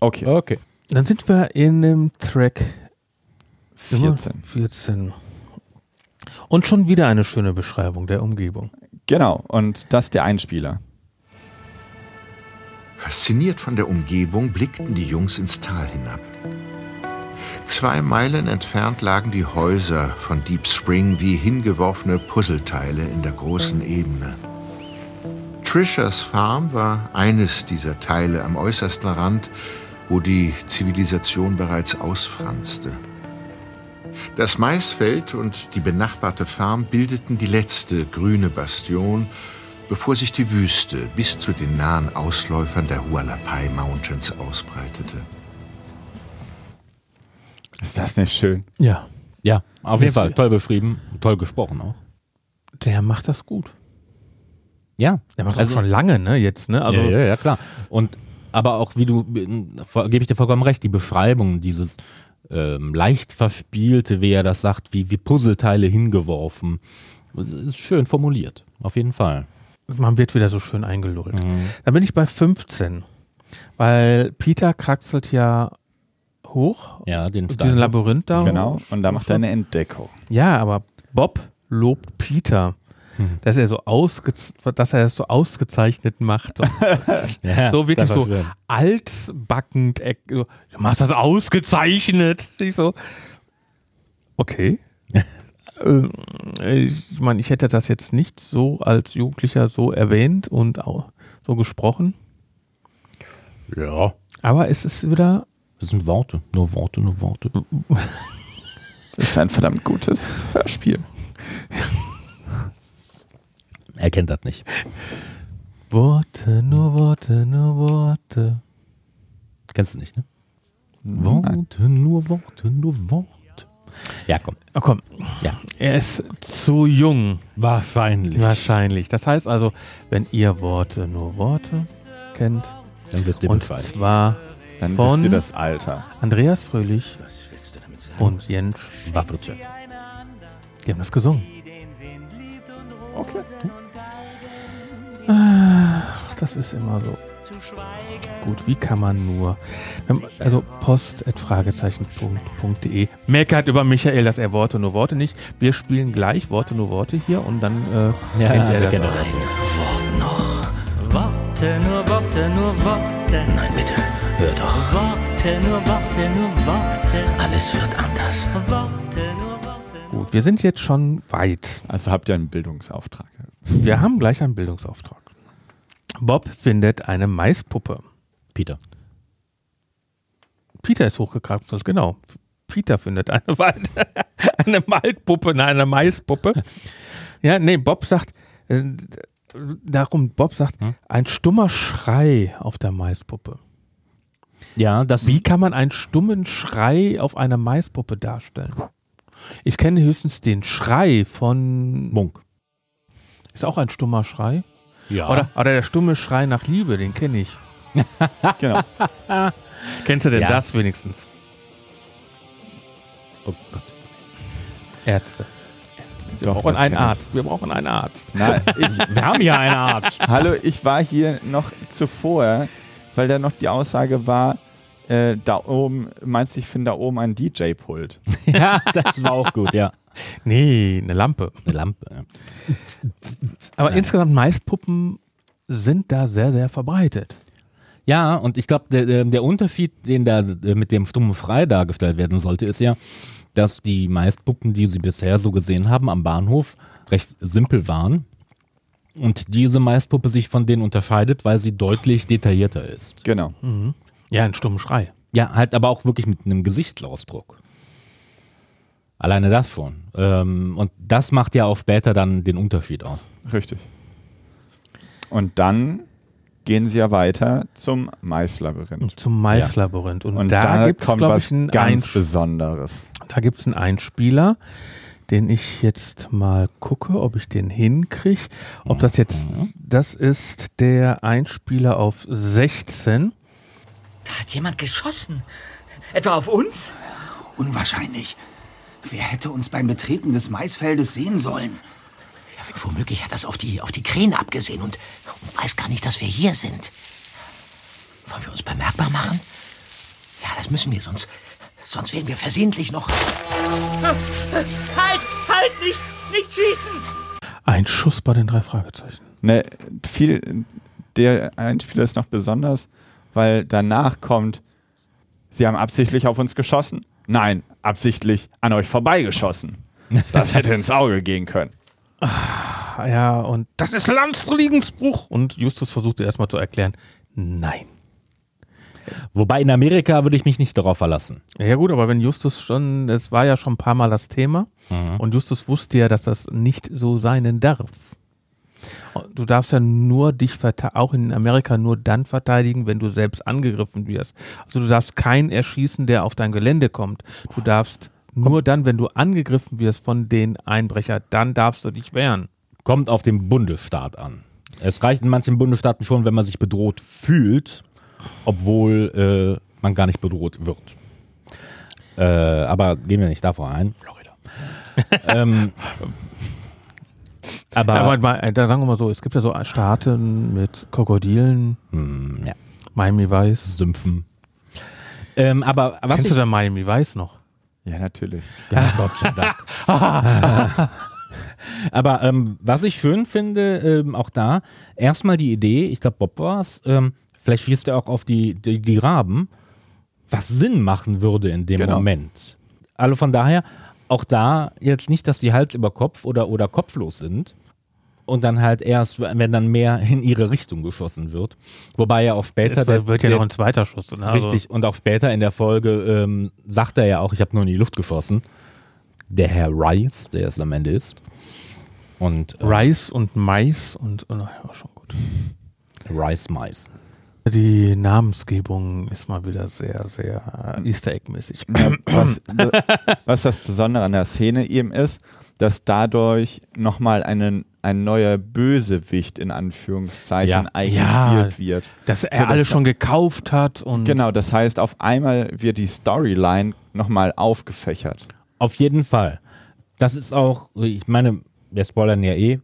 S5: Okay,
S4: Okay.
S3: Dann sind wir in dem Track
S5: 14.
S3: 14. Und schon wieder eine schöne Beschreibung der Umgebung.
S5: Genau, und das ist der Einspieler.
S7: Fasziniert von der Umgebung blickten die Jungs ins Tal hinab. Zwei Meilen entfernt lagen die Häuser von Deep Spring wie hingeworfene Puzzleteile in der großen Ebene. Trishas Farm war eines dieser Teile am äußersten Rand, wo die Zivilisation bereits ausfranste. Das Maisfeld und die benachbarte Farm bildeten die letzte grüne Bastion, bevor sich die Wüste bis zu den nahen Ausläufern der Hualapai Mountains ausbreitete.
S5: Ist das nicht schön?
S3: Ja,
S4: Ja, auf jeden
S3: Das-
S4: Fall. Toll beschrieben, toll gesprochen auch.
S3: der macht das gut.
S4: Ja,
S3: Der macht das schon lange, ne, jetzt, ne? Also,
S4: ja, ja, ja, klar. Und aber auch, wie du, voll- gebe ich dir vollkommen recht, die Beschreibung, dieses ähm, leicht verspielte, wie er das sagt, wie, wie Puzzleteile hingeworfen, das ist schön formuliert, auf jeden Fall.
S3: man wird wieder so schön eingelullt. Dann bin ich bei 15, weil Peter kraxelt ja hoch,
S4: Ja, den
S3: diesen
S4: Stein.
S3: Labyrinth
S4: Oh,
S3: da.
S5: Genau,
S3: hoch.
S5: und da macht er eine Entdeckung.
S3: Ja, aber Bob lobt Peter. Dass er so ausgez dass er es so ausgezeichnet macht. So,
S4: Ja,
S3: so wirklich
S4: das war
S3: so
S4: schön.
S3: altbackend. eck- Du machst das ausgezeichnet. Ich so, okay. Ähm, ich meine, ich hätte das jetzt nicht so als Jugendlicher so erwähnt und auch so gesprochen.
S4: Ja,
S3: Aber es ist wieder,
S4: das sind Worte, nur Worte, nur Worte.
S5: Das ist ein verdammt gutes Hörspiel.
S4: Er kennt das nicht.
S3: Worte, nur Worte, nur Worte.
S4: Kennst du nicht, ne? Worte, nur Worte, nur Worte. Ja, komm.
S3: Oh komm,
S4: Ja.
S3: er ist zu jung.
S4: Wahrscheinlich.
S3: Wahrscheinlich. Das heißt also, wenn ihr Worte nur Worte kennt,
S4: Dann wirst du
S3: und
S4: Bescheid.
S3: zwar
S5: Dann
S3: Von-
S5: wisst ihr das Alter.
S3: Andreas Fröhlich und Jens,
S4: Waffelcheck.
S3: die haben das gesungen.
S5: Okay.
S3: Ach, das ist immer so. Gut, wie kann man nur. Ähm, Also post.fragezeichen.de meckert über Michael, dass er Worte nur Worte nicht. Wir spielen gleich Worte nur Worte hier und dann äh,
S4: Ja,
S3: kennt er
S4: der
S3: das.
S4: kennt
S3: auch.
S4: das auch.
S10: Wort noch. Worte, nur Worte, nur Worte. Nein, bitte, hör doch. Worte, nur Worte, nur Worte. Alles wird anders. Worte, nur Worte.
S3: Gut, wir sind jetzt schon weit.
S5: Also habt ihr einen Bildungsauftrag.
S3: Wir haben gleich einen Bildungsauftrag. Bob findet eine Maispuppe.
S4: Peter.
S3: Peter ist hochgekraxelt, genau. Peter findet eine, Wald, eine Waldpuppe, nein, eine Maispuppe. Ja, nee, Bob sagt, äh, darum, Bob sagt, ein stummer Schrei auf der Maispuppe.
S4: Ja, das
S3: Wie kann man einen stummen Schrei auf einer Maispuppe darstellen? Ich kenne höchstens den Schrei von,
S4: Munk.
S3: ist auch ein stummer Schrei?
S4: Ja.
S3: Oder, oder der stumme Schrei nach Liebe, den kenne ich.
S4: Ah.
S5: Genau.
S3: Kennst du denn
S4: Ja.
S3: das wenigstens?
S4: Oh Gott.
S3: Ärzte. Ärzte. Wir
S5: Doch,
S3: brauchen
S5: das
S3: einen
S5: kenn ich.
S3: Arzt. Wir brauchen einen Arzt.
S5: Na, ich,
S4: Wir haben hier einen Arzt.
S5: hallo, ich war hier noch zuvor, weil da noch die Aussage war, äh, da oben, meinst du, ich finde da oben ein DJ-Pult?
S4: ja, das war auch gut, ja.
S3: Nee, eine Lampe.
S4: Eine Lampe. ja.
S3: Aber insgesamt Maispuppen sind da sehr, sehr verbreitet.
S4: Ja, und ich glaube, der, ähm, der Unterschied, den da äh, mit dem stummen Schrei dargestellt werden sollte, ist ja, dass die Maispuppen, die sie bisher so gesehen haben am Bahnhof, recht simpel waren. Und diese Maispuppe sich von denen unterscheidet, weil sie deutlich detaillierter ist.
S5: Genau.
S3: Hm. Ja, einen stummen Schrei.
S4: Ja, halt aber auch wirklich mit einem Gesichtsausdruck. Alleine das schon. Ähm, und das macht ja auch später dann den Unterschied aus.
S5: Richtig. Und dann gehen sie ja weiter zum Maislabyrinth.
S3: Zum Maislabyrinth. Und,
S5: Und
S3: da, gibt's
S5: da
S3: gibt es,
S5: kommt
S3: glaube
S5: was
S3: ich, einen
S5: ganz
S3: Einsch
S5: Besonderes.
S3: da gibt's einen Einspieler, den ich jetzt mal gucke, ob ich den hinkriege. Ob das
S5: Mhm.
S3: jetzt, das ist der Einspieler auf 16.
S10: Da hat jemand geschossen. Etwa auf uns?
S8: Unwahrscheinlich. Wer hätte uns beim Betreten des Maisfeldes sehen sollen? Ja, womöglich hat das auf die, auf die Kräne abgesehen und, und weiß gar nicht, dass wir hier sind. Wollen wir uns bemerkbar machen? Ja, das müssen wir, sonst, sonst werden wir versehentlich noch...
S10: Halt! Halt! Nicht, nicht schießen!
S3: Ein Schuss bei den drei Fragezeichen.
S5: Ne, viel, der Einspieler ist noch besonders, weil danach kommt, sie haben absichtlich auf uns geschossen. Nein, absichtlich an euch vorbeigeschossen. Das hätte ins Auge gehen können.
S3: Ah Ja, und das ist Landfriedensbruch. Und Justus versuchte erstmal zu erklären, nein.
S4: Wobei in Amerika würde ich mich nicht darauf verlassen.
S3: Ja gut, aber wenn Justus schon, es war ja schon ein paar Mal das Thema und Justus wusste ja, dass das nicht so sein darf. Du darfst ja nur dich vertei- auch in Amerika nur dann verteidigen, wenn du selbst angegriffen wirst. Also du darfst keinen erschießen, der auf dein Gelände kommt. Du darfst nur dann, wenn du angegriffen wirst von den Einbrechern, dann darfst du dich wehren.
S4: Kommt auf den Bundesstaat an. Es reicht in manchen Bundesstaaten schon, wenn man sich bedroht fühlt, obwohl äh, man gar nicht bedroht wird. Äh, aber gehen wir nicht davor ein. Florida. ähm, aber,
S3: Aber mal, äh, da sagen wir mal so, es gibt ja so Staaten mit Krokodilen,
S4: ja.
S3: Miami Vice.
S4: Sümpfen. Ähm, aber was
S3: Kennst
S4: ich,
S3: du da Miami Vice noch?
S5: Ja, natürlich.
S4: Ja, Gott sei Dank. Aber ähm, was ich schön finde, ähm, auch da, erstmal die Idee, ich glaube, Bob war es, ähm, vielleicht schießt er auch auf die, die, die Raben, was Sinn machen würde in dem
S5: Genau.
S4: Moment. Also von daher, auch da jetzt nicht, dass die Hals über Kopf oder, oder kopflos sind. Und dann halt erst, wenn dann mehr in ihre Richtung geschossen wird. Wobei ja auch später.
S3: Es wird ja noch ein zweiter Schuss. ne? Also-
S4: Richtig, und auch später in der Folge ähm, sagt er ja auch, ich habe nur in die Luft geschossen. Der Herr Rice, der es am Ende ist. Und äh,
S3: Rice und Mais und oh, ja, schon gut.
S4: Rice Mais.
S3: Die Namensgebung ist mal wieder sehr, sehr äh, Easter Egg-mäßig.
S5: was, was das Besondere an der Szene eben ist, dass dadurch nochmal einen, ein neuer Bösewicht in Anführungszeichen
S4: Ja.
S5: eingespielt wird.
S3: Dass
S5: So,
S3: er alle
S5: dass-
S3: schon gekauft hat und
S5: Genau, das heißt, auf einmal wird die Storyline nochmal aufgefächert.
S4: Auf jeden Fall. Das ist auch, ich meine, wir spoilern ja eh.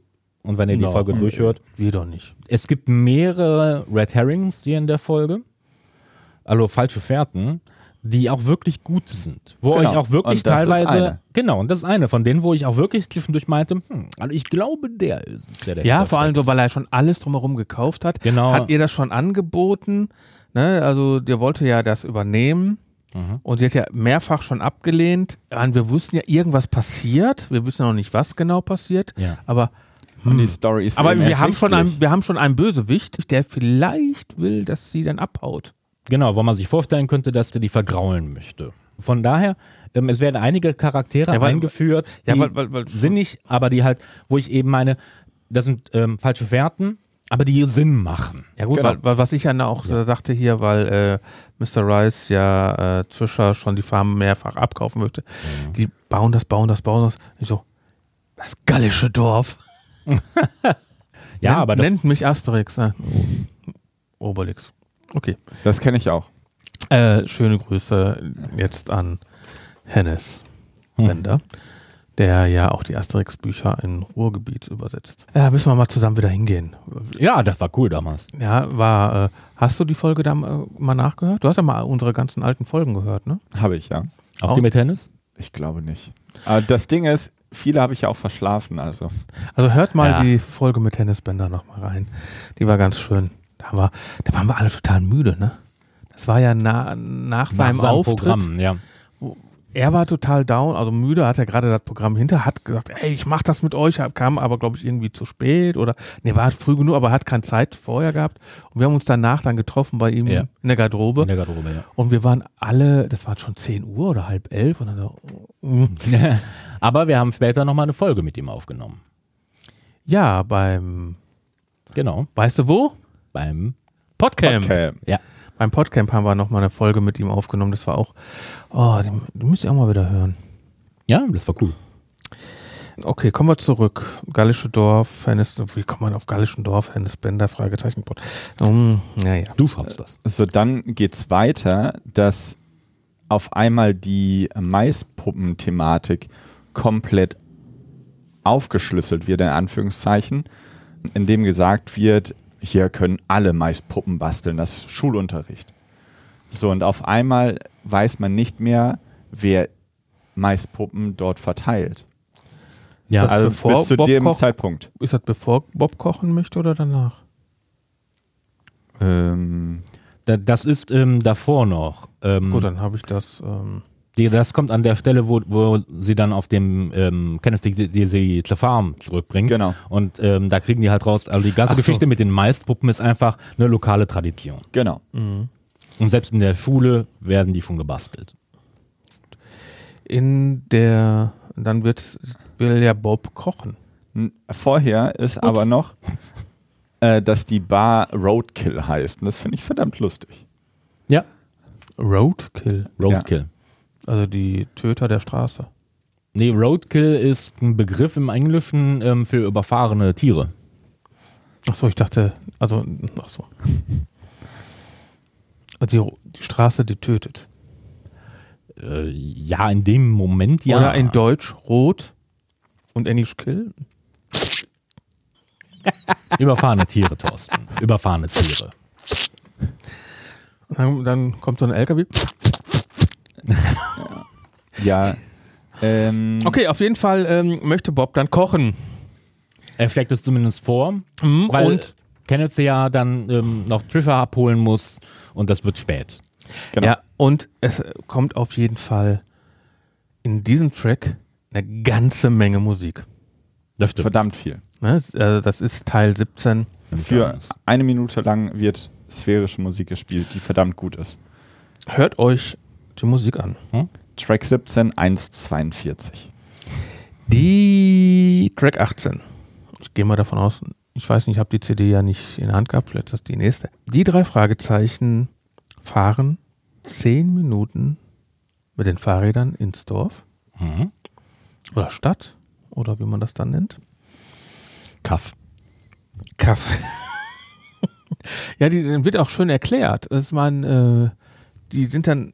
S4: Und wenn ihr die
S5: Genau.
S3: Ja,
S4: Folge
S3: und-
S4: durchhört,
S3: wir doch nicht.
S4: es gibt mehrere Red Herrings hier in der Folge. Also falsche Fährten, die auch wirklich gut sind. Wo
S5: Genau.
S4: ich auch wirklich
S5: Und das ist
S4: teilweise.
S5: eine.
S4: Genau, und das ist eine von denen, wo ich auch wirklich zwischendurch meinte, hm, also ich glaube, der ist es, der
S3: Ja,
S4: dahinter
S3: vor allem
S4: steckt.
S3: so, weil er schon alles drumherum gekauft hat.
S4: Genau.
S3: Hat ihr das schon angeboten? Ne? Also, der wollte ja das übernehmen. Und sie hat ja mehrfach schon abgelehnt. Und wir wussten ja, irgendwas passiert. Wir wissen noch nicht, was genau passiert.
S4: Ja.
S3: Aber
S5: Und die Story ist
S3: Aber
S5: eben
S3: wir haben, schon
S5: ersichtlich.
S3: einen, wir haben schon einen Bösewicht, der vielleicht will, dass sie dann abhaut.
S4: Genau, wo man sich vorstellen könnte, dass der die vergraulen möchte. Von daher, ähm, es werden einige Charaktere
S3: Ja, weil-
S4: eingeführt, die
S3: ja, weil- weil- weil-
S4: sinnig, aber die halt, wo ich eben meine, das sind ähm, falsche Fährten, aber die Sinn machen.
S3: Ja gut,
S5: Genau.
S3: weil, weil, was ich ja auch äh, sagte hier, weil äh, Mr. Rice ja äh, Trisha schon die Farm mehrfach abkaufen möchte. Die bauen das, bauen das, bauen das. Ich so, das gallische Dorf.
S4: Ja,
S3: nennt,
S4: aber das,
S3: nennt mich Asterix. Ne? Oh. Obelix. Okay.
S5: Das kenne ich auch.
S3: Hm. Äh, schöne Grüße jetzt an Hennes Sender. der ja auch die Asterix-Bücher in Ruhrgebiet übersetzt. Ja, müssen wir mal zusammen wieder hingehen.
S4: Ja, das war cool damals.
S3: Ja, war. Äh, hast du die Folge da äh, mal nachgehört? Du hast ja mal unsere ganzen alten Folgen gehört, ne?
S5: Habe ich, ja.
S4: Auch, die mit Tennis?
S5: Ich glaube nicht. Aber das Ding ist, viele habe ich ja auch verschlafen. Also.
S3: Also hört mal
S4: Ja.
S3: die Folge mit Tennisbänder nochmal rein. Die war ganz schön. Da, war, da waren wir alle total müde, ne? Das war ja na, nach, seinem
S4: seinem
S3: Auftritt.
S4: Programm, ja.
S3: Er war total down, also müde, hat er gerade das Programm hinter, hat gesagt, ey, ich mach das mit euch, kam aber, glaube ich, irgendwie zu spät oder, nee, war früh genug, aber hat keine Zeit vorher gehabt. Und wir haben uns danach dann getroffen bei ihm
S4: Ja.
S3: in der Garderobe.
S4: In der Garderobe, ja.
S3: Und wir waren alle, das war schon 10 Uhr oder halb elf und dann so, mm.
S4: Aber wir haben später nochmal eine Folge mit ihm aufgenommen.
S3: ja, beim,
S4: Genau.
S3: weißt du wo?
S4: Beim,
S3: Podcamp.
S5: Okay.
S4: ja.
S3: Beim Podcamp haben wir nochmal eine Folge mit ihm aufgenommen. Das war auch, oh, die, die müsst ihr auch mal wieder hören.
S4: Ja, das war cool.
S3: Okay, kommen wir zurück. Gallische Dorf, Hennes, wie kommt man auf Gallischen Dorf, Hennes Bender, Fragezeichen, Pod- um, Naja.
S4: Du schaffst das.
S5: So, dann geht's weiter, dass auf einmal die Maispuppen-Thematik komplett aufgeschlüsselt wird, in Anführungszeichen, indem gesagt wird, hier können alle Maispuppen basteln, das ist Schulunterricht. So, und auf einmal weiß man nicht mehr, wer Maispuppen dort verteilt.
S3: Ja,
S5: also
S3: bevor
S5: bis zu
S3: Bob
S5: dem
S3: Koch-
S5: Zeitpunkt.
S3: Ist das bevor Bob kochen möchte oder danach?
S5: Ähm,
S4: Da, das ist ähm, davor noch. Ähm,
S3: Gut, dann habe ich das. Ähm,
S4: Die, das kommt an der Stelle, wo, wo sie dann auf dem ähm, Kenneth die, die sie zur Farm zurückbringt.
S5: Genau.
S4: Und ähm, da kriegen die halt raus, also die ganze
S3: Ach so.
S4: Geschichte mit den Maispuppen ist einfach eine lokale Tradition.
S5: genau.
S4: Und selbst in der Schule werden die schon gebastelt.
S3: in der, dann wird, will ja Bob kochen. Hm.
S5: N- Vorher ist aber noch, äh, dass die Bar Roadkill heißt. Und das finde ich verdammt lustig.
S4: Ja.
S3: Roadkill,
S4: Roadkill.
S3: also die Töter der Straße.
S4: Nee, Roadkill ist ein Begriff im Englischen ähm, für überfahrene Tiere.
S3: Achso, ich dachte, also, achso. Also die, die Straße, die tötet.
S4: Äh, ja, in dem Moment ja.
S3: Oder in Deutsch rot und Englisch kill.
S4: Überfahrene Tiere, Thorsten. Überfahrene Tiere.
S3: Und Dann, dann kommt so ein LKW.
S5: Ja. ähm,
S3: Okay, auf jeden Fall ähm, möchte Bob dann kochen.
S4: Er schlägt es zumindest vor,
S3: Mhm,
S4: weil
S3: und
S4: Kenneth ja dann ähm, noch Trisha abholen muss und das wird spät.
S5: genau.
S3: ja, und es kommt auf jeden Fall in diesem Track eine ganze Menge Musik.
S4: Das stimmt.
S5: Verdammt viel.
S3: Ne? es- Also das ist Teil 17.
S5: Für eine Minute lang wird sphärische Musik gespielt, die verdammt gut ist.
S3: Hört euch die Musik an.
S5: Track 17, 1,42.
S3: Die Track 18. Ich gehe mal davon aus, ich weiß nicht, ich habe die CD ja nicht in der Hand gehabt, vielleicht ist das die nächste. Die drei Fragezeichen fahren zehn Minuten mit den Fahrrädern ins Dorf
S4: Mhm.
S3: oder Stadt oder wie man das dann nennt.
S4: Kaff.
S3: Kaffee. ja, die, dann wird auch schön erklärt. Das ist man, äh, die sind dann,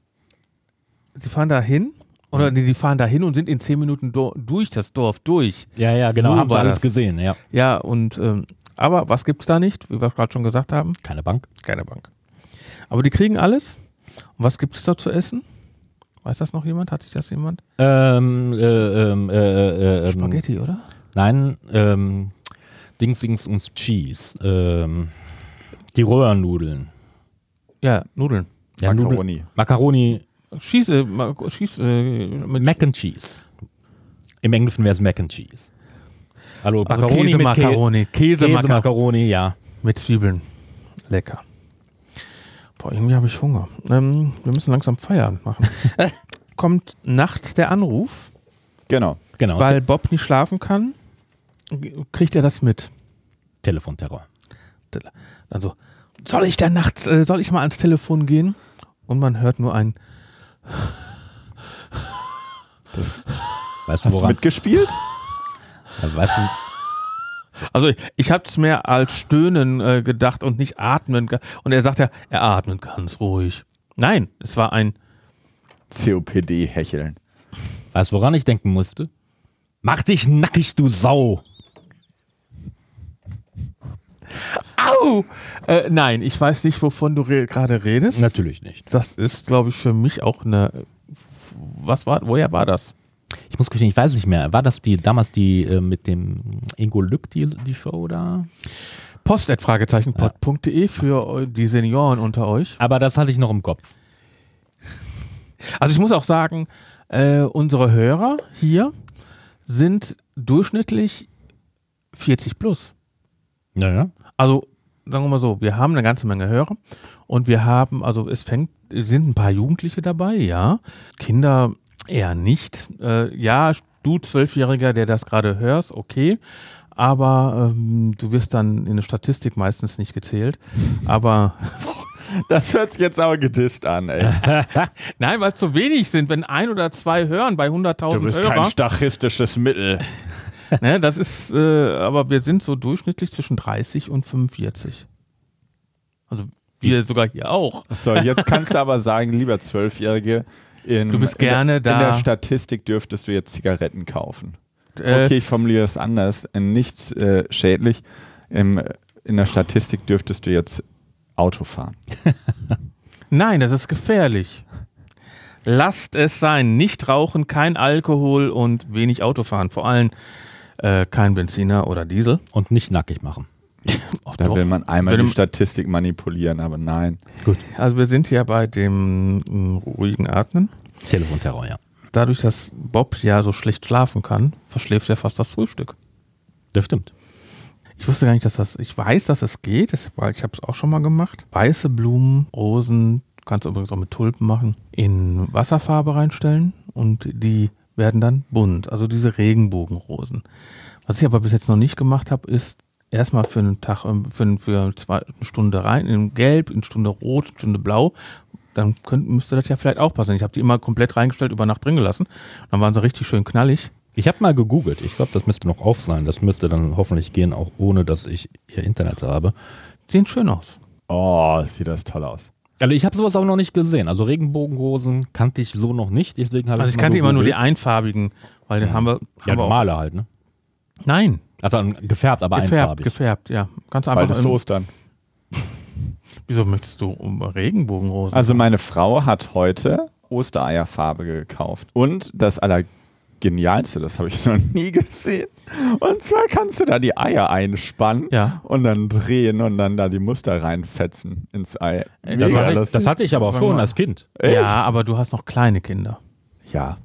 S3: die fahren da hin oder nee, die fahren da hin und sind in zehn Minuten do, durch das Dorf durch.
S4: Ja, ja, genau.
S3: So
S4: haben wir
S3: war
S4: alles
S3: das.
S4: gesehen. Ja,
S3: Ja, und ähm, aber was gibt's da nicht? Wie wir gerade schon gesagt haben,
S4: keine Bank.
S3: keine Bank. Aber die kriegen alles. Und was gibt's da zu essen? Weiß das noch jemand? Hat sich das jemand?
S4: Ähm, äh, ähm, äh, äh, ähm,
S3: Spaghetti, oder?
S4: nein, ähm, Dings, Dings und Cheese. Ähm, die Röhrennudeln.
S3: Ja, Nudeln.
S4: Ja, Nudeln-
S5: Macaroni.
S4: Macaroni,
S3: Schieß, äh, ma- schieß äh, mit
S4: Mac and Cheese. Im Englischen wäre es Mac and Cheese. Hallo,
S3: also
S4: Macaroni
S3: Käse,
S4: mit Kä-
S3: Macaroni. Käse,
S4: Käse,
S3: Macaroni.
S4: Macaroni, ja.
S3: Mit Zwiebeln. Lecker. Boah, irgendwie habe ich Hunger. Ähm, wir müssen langsam Feierabend machen. Kommt nachts der Anruf,
S5: Genau.
S4: Genau,
S3: weil Bob nicht schlafen kann, g- kriegt er das mit.
S4: Te Telefonterror.
S3: Dann so, soll ich da nachts, äh, soll ich mal ans Telefon gehen? Und man hört nur ein,
S4: Weißt du,
S5: Hast du
S4: woran?
S5: mitgespielt?
S4: Ja, Weißt du,
S3: also ich, ich habe es mehr als Stöhnen äh, gedacht und nicht atmen. ge- Und er sagt ja, er atmet ganz ruhig. Nein, es war ein,
S5: COPD hecheln.
S4: Weißt du, woran ich denken musste? Mach dich nackig, du Sau!
S3: Au! Äh, nein, ich weiß nicht, wovon du re gerade redest.
S4: Natürlich nicht.
S3: Das ist, glaube ich, für mich auch eine. Was war, woher war das?
S4: Ich muss gestehen, ich weiß nicht mehr. War das die damals die äh, mit dem Ingo Lück, die, die Show da?
S3: Post.fragezeichenpod.de für äh, die Senioren unter euch.
S4: Aber das hatte ich noch im Kopf.
S3: Also ich muss auch sagen, äh, unsere Hörer hier sind durchschnittlich 40 plus.
S4: Naja.
S3: Also sagen wir mal so, wir haben eine ganze Menge Hörer und wir haben, also es fängt, es sind ein paar Jugendliche dabei, ja. Kinder eher nicht. Äh, ja, du Zwölfjähriger, der das gerade hörst, okay. Aber ähm, du wirst dann in der Statistik meistens nicht gezählt. Aber
S5: Das hört sich jetzt aber gedisst an, ey.
S3: nein, weil es zu wenig sind, wenn ein oder zwei hören bei 100.000
S5: Du bist
S3: Hörer.
S5: kein stachistisches Mittel.
S3: Ne, das ist, äh, aber wir sind so durchschnittlich zwischen 30 und 45. Also wir sogar hier auch.
S5: So, jetzt kannst du aber sagen, lieber Zwölfjährige, in,
S3: Du bist gerne
S5: in, der- in
S3: da.
S5: der Statistik dürftest du jetzt Zigaretten kaufen.
S3: Äh,
S5: okay, ich formuliere es anders. äh, Nicht äh, schädlich. Im, äh, in der Statistik dürftest du jetzt Auto fahren.
S3: Nein, das ist gefährlich. Lasst es sein. Nicht rauchen, kein Alkohol und wenig Autofahren. Vor allem äh, kein Benziner oder Diesel.
S4: Und nicht nackig machen.
S3: Ach,
S5: Da
S3: doch.
S5: will man einmal
S3: Wenn
S5: die
S3: du-
S5: Statistik manipulieren, aber nein.
S3: Also wir sind ja bei dem mm, ruhigen Atmen.
S4: Telefonterror, ja.
S3: Dadurch, dass Bob ja so schlecht schlafen kann, verschläft er fast das Frühstück.
S4: Das stimmt.
S3: Ich wusste gar nicht, dass das. Ich weiß, dass es geht, das- weil ich habe es auch schon mal gemacht. Weiße Blumen, Rosen, kannst du übrigens auch mit Tulpen machen, in Wasserfarbe reinstellen und die werden dann bunt. Also diese Regenbogenrosen. Was ich aber bis jetzt noch nicht gemacht habe, ist erstmal für einen Tag, ähm, für, einen- für zwei, eine Stunde rein, in Gelb, eine Stunde Rot, eine Stunde Blau. Dann könnt, müsste das ja vielleicht auch passen. Ich habe die immer komplett reingestellt, über Nacht drin gelassen. Dann waren sie richtig schön knallig.
S4: Ich habe mal gegoogelt. Ich glaube, das müsste noch auf sein. Das müsste dann hoffentlich gehen, auch ohne, dass ich hier Internet habe.
S3: Sehen schön aus.
S5: Oh, sieht das toll aus.
S4: Also ich habe sowas auch noch nicht gesehen. Also Regenbogenrosen kannte ich so noch nicht. Deswegen habe
S3: Also
S4: ich's
S3: ich
S4: mal
S3: kannte immer nur die
S4: gegoogelt.
S3: einfarbigen, weil dann haben wir.
S4: ja,
S3: haben wir auch-
S4: normale halt, ne?
S3: Nein,
S4: Ach, dann gefärbt, aber
S3: gefärbt,
S4: einfarbig.
S3: gefärbt, ja. Ganz einfach.
S5: Bald ist
S3: in-
S5: Ostern.
S3: Wieso möchtest du um Regenbogenrosen?
S5: Also meine Frau hat heute Ostereierfarbe gekauft. Und das Allergenialste, das habe ich noch nie gesehen. Und zwar kannst du da die Eier einspannen
S3: Ja.
S5: und dann drehen und dann da die Muster reinfetzen ins Ei.
S4: das,
S5: Mega
S4: hatte ich,
S5: lustig.
S4: Also das hatte ich aber auch schon als Kind.
S3: ja, aber du hast noch kleine Kinder.
S5: ja.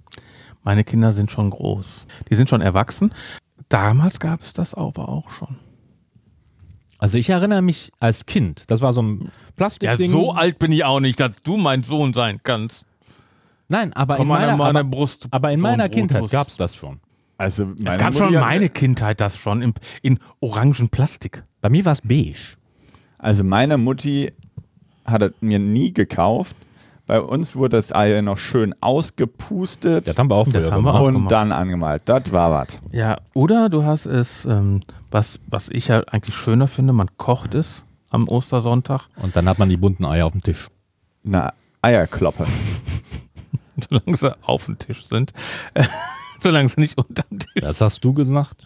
S3: Meine Kinder sind schon groß. Die sind schon erwachsen. Damals gab es das aber auch schon.
S4: Also ich erinnere mich als Kind. Das war so ein Plastikding.
S3: alt bin ich auch nicht, dass du mein Sohn sein kannst.
S4: Nein, aber in
S3: Komm mal
S4: meiner,
S3: an meine
S4: aber,
S3: Brust.
S4: aber in
S3: so
S4: meiner
S3: ein
S4: Kindheit
S3: Rotus.
S4: gab es das schon.
S5: Also
S3: Es
S5: meine
S3: gab schon
S5: Mutti hat-
S3: meine Kindheit das schon in, in orangen Plastik.
S4: Bei mir war es beige.
S5: Also meine Mutti hat es mir nie gekauft. Bei uns wurde das Ei noch schön ausgepustet
S4: Das haben wir auch früher
S3: Das haben wir
S4: gemacht.
S3: auch
S5: und
S3: gemacht.
S5: dann angemalt. Das war was.
S3: Ja, oder du hast es, ähm, was, was ich ja eigentlich schöner finde, man kocht es am Ostersonntag.
S4: Und dann hat man die bunten Eier auf dem Tisch.
S5: Eine Eierkloppe.
S3: solange sie auf dem Tisch sind, solange sie nicht unterm Tisch
S4: Das hast du gesagt.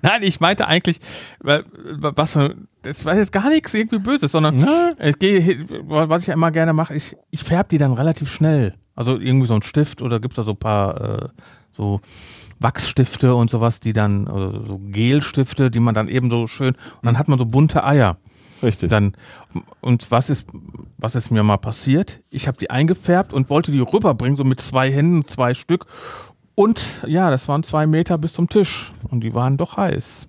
S3: Nein, ich meinte eigentlich, weil, was, das war jetzt gar nichts irgendwie Böses, sondern ich gehe, was ich ja immer gerne mache, ich, ich färbe die dann relativ schnell. Also irgendwie so ein Stift oder gibt es da so ein paar äh, so Wachsstifte und sowas, die dann, oder so Gelstifte, die man dann eben so schön, und dann hat man so bunte Eier.
S5: Richtig.
S3: Dann, und was ist, was ist mir mal passiert? Ich habe die eingefärbt und wollte die rüberbringen, so mit zwei Händen, zwei Stück. Und ja, das waren zwei Meter bis zum Tisch. Und die waren doch heiß.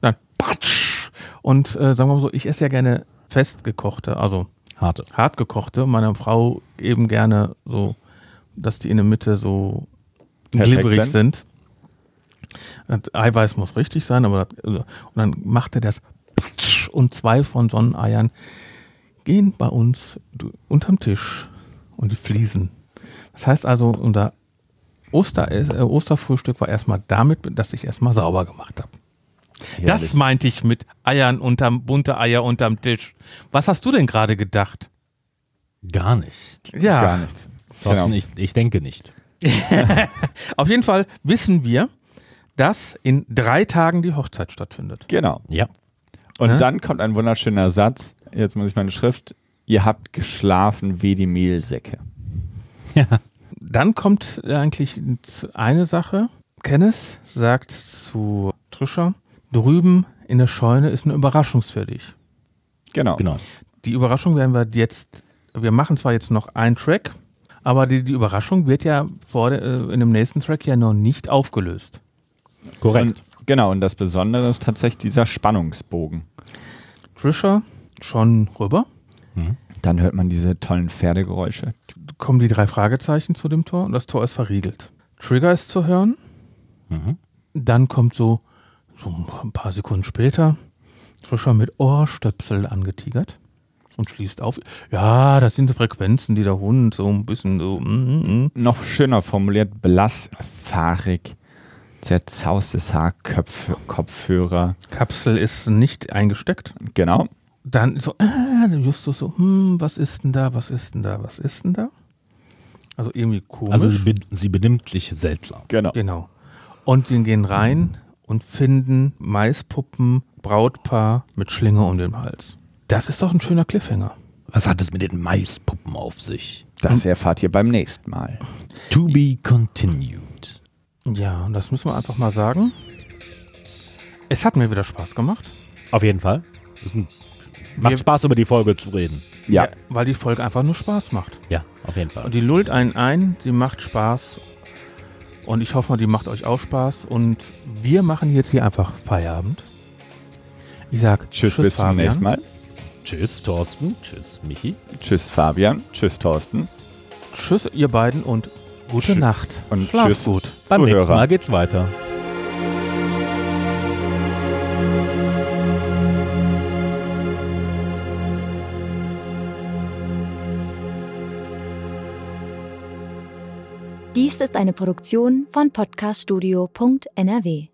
S3: Dann patsch. Und äh, sagen wir mal so, ich esse ja gerne festgekochte, also
S4: Harte.
S3: hart gekochte. Meine Frau eben gerne so, dass die in der Mitte so
S5: Perfekt
S3: glibberig sind. Das Eiweiß muss richtig sein, aber das, also, und dann macht er das Patsch und zwei von Sonneneiern gehen bei uns du- unterm Tisch und die fließen. Das heißt also, unser Oster, äh, Osterfrühstück war erstmal damit, dass ich erstmal sauber gemacht habe. Das
S5: Herrlich.
S3: meinte ich mit Eiern unterm, bunte Eier unterm Tisch. Was hast du denn gerade gedacht?
S4: Gar nicht.
S3: Ja.
S5: Gar nichts.
S4: Thorsten,
S5: Genau.
S4: ich, ich denke nicht.
S3: Auf jeden Fall wissen wir, dass in drei Tagen die Hochzeit stattfindet.
S5: Genau.
S4: Ja.
S5: Und
S3: Ne?
S5: dann kommt ein wunderschöner Satz. Jetzt muss ich meine Schrift. Ihr habt geschlafen wie die Mehlsäcke.
S4: Ja.
S3: Dann kommt eigentlich eine Sache. Kenneth sagt zu Trisha, drüben in der Scheune ist eine Überraschung für dich.
S5: Genau.
S4: Genau.
S3: Die Überraschung werden wir jetzt, wir machen zwar jetzt noch einen Track, aber die, die Überraschung wird ja vor, der- äh, in dem nächsten Track ja noch nicht aufgelöst.
S4: Korrekt.
S5: Und, genau. Und das Besondere ist tatsächlich dieser Spannungsbogen.
S3: Trisha schon rüber,
S5: Dann hört man diese tollen Pferdegeräusche.
S3: kommen die drei Fragezeichen zu dem Tor und das Tor ist verriegelt. Trigger ist zu hören,
S4: Mhm.
S3: dann kommt so, so ein paar Sekunden später Trisha mit Ohrstöpsel angetigert und schließt auf. Ja, das sind so Frequenzen, die der Hund so ein bisschen so. Mm, mm, mm.
S5: Noch schöner formuliert, blass, fahrig, zerzauste Saarkopfhörer.
S3: Kapsel ist nicht eingesteckt.
S5: Genau.
S3: dann so, äh, der Justus so, hm, was ist denn da, was ist denn da, was ist denn da? Also irgendwie komisch.
S4: Also sie, be sie benimmt sich seltsam.
S5: Genau.
S3: genau. Und sie gehen rein und finden Maispuppen, Brautpaar mit Schlinge um den Hals. Das ist doch ein schöner Cliffhanger.
S4: Was hat es mit den Maispuppen auf sich?
S5: Das erfahrt ihr beim nächsten Mal.
S4: To be continued.
S3: Ja, und das müssen wir einfach mal sagen. Es hat mir wieder Spaß gemacht,
S4: Auf jeden Fall. Ist ein, macht
S3: Wir-
S4: Spaß, über die Folge zu reden.
S5: Ja.
S3: weil die Folge einfach nur Spaß macht.
S4: Ja, auf jeden Fall.
S3: Und die lullt einen ein, die macht Spaß. Und ich hoffe, die macht euch auch Spaß. Und wir machen jetzt hier einfach Feierabend. Ich sag
S5: Tschüss, bis zum
S3: Fabian.
S5: nächsten Mal.
S4: Tschüss, Thorsten. Tschüss, Michi.
S5: Tschüss, Fabian. Tschüss, Thorsten.
S3: Tschüss, ihr beiden und gute
S5: Tschü-
S3: Nacht.
S5: Und
S3: Schlaft
S5: tschüss,
S3: gut.
S4: Beim nächsten
S5: Zuhörer.
S4: Mal geht's weiter.
S11: Dies ist eine Produktion von podcaststudio.nrw.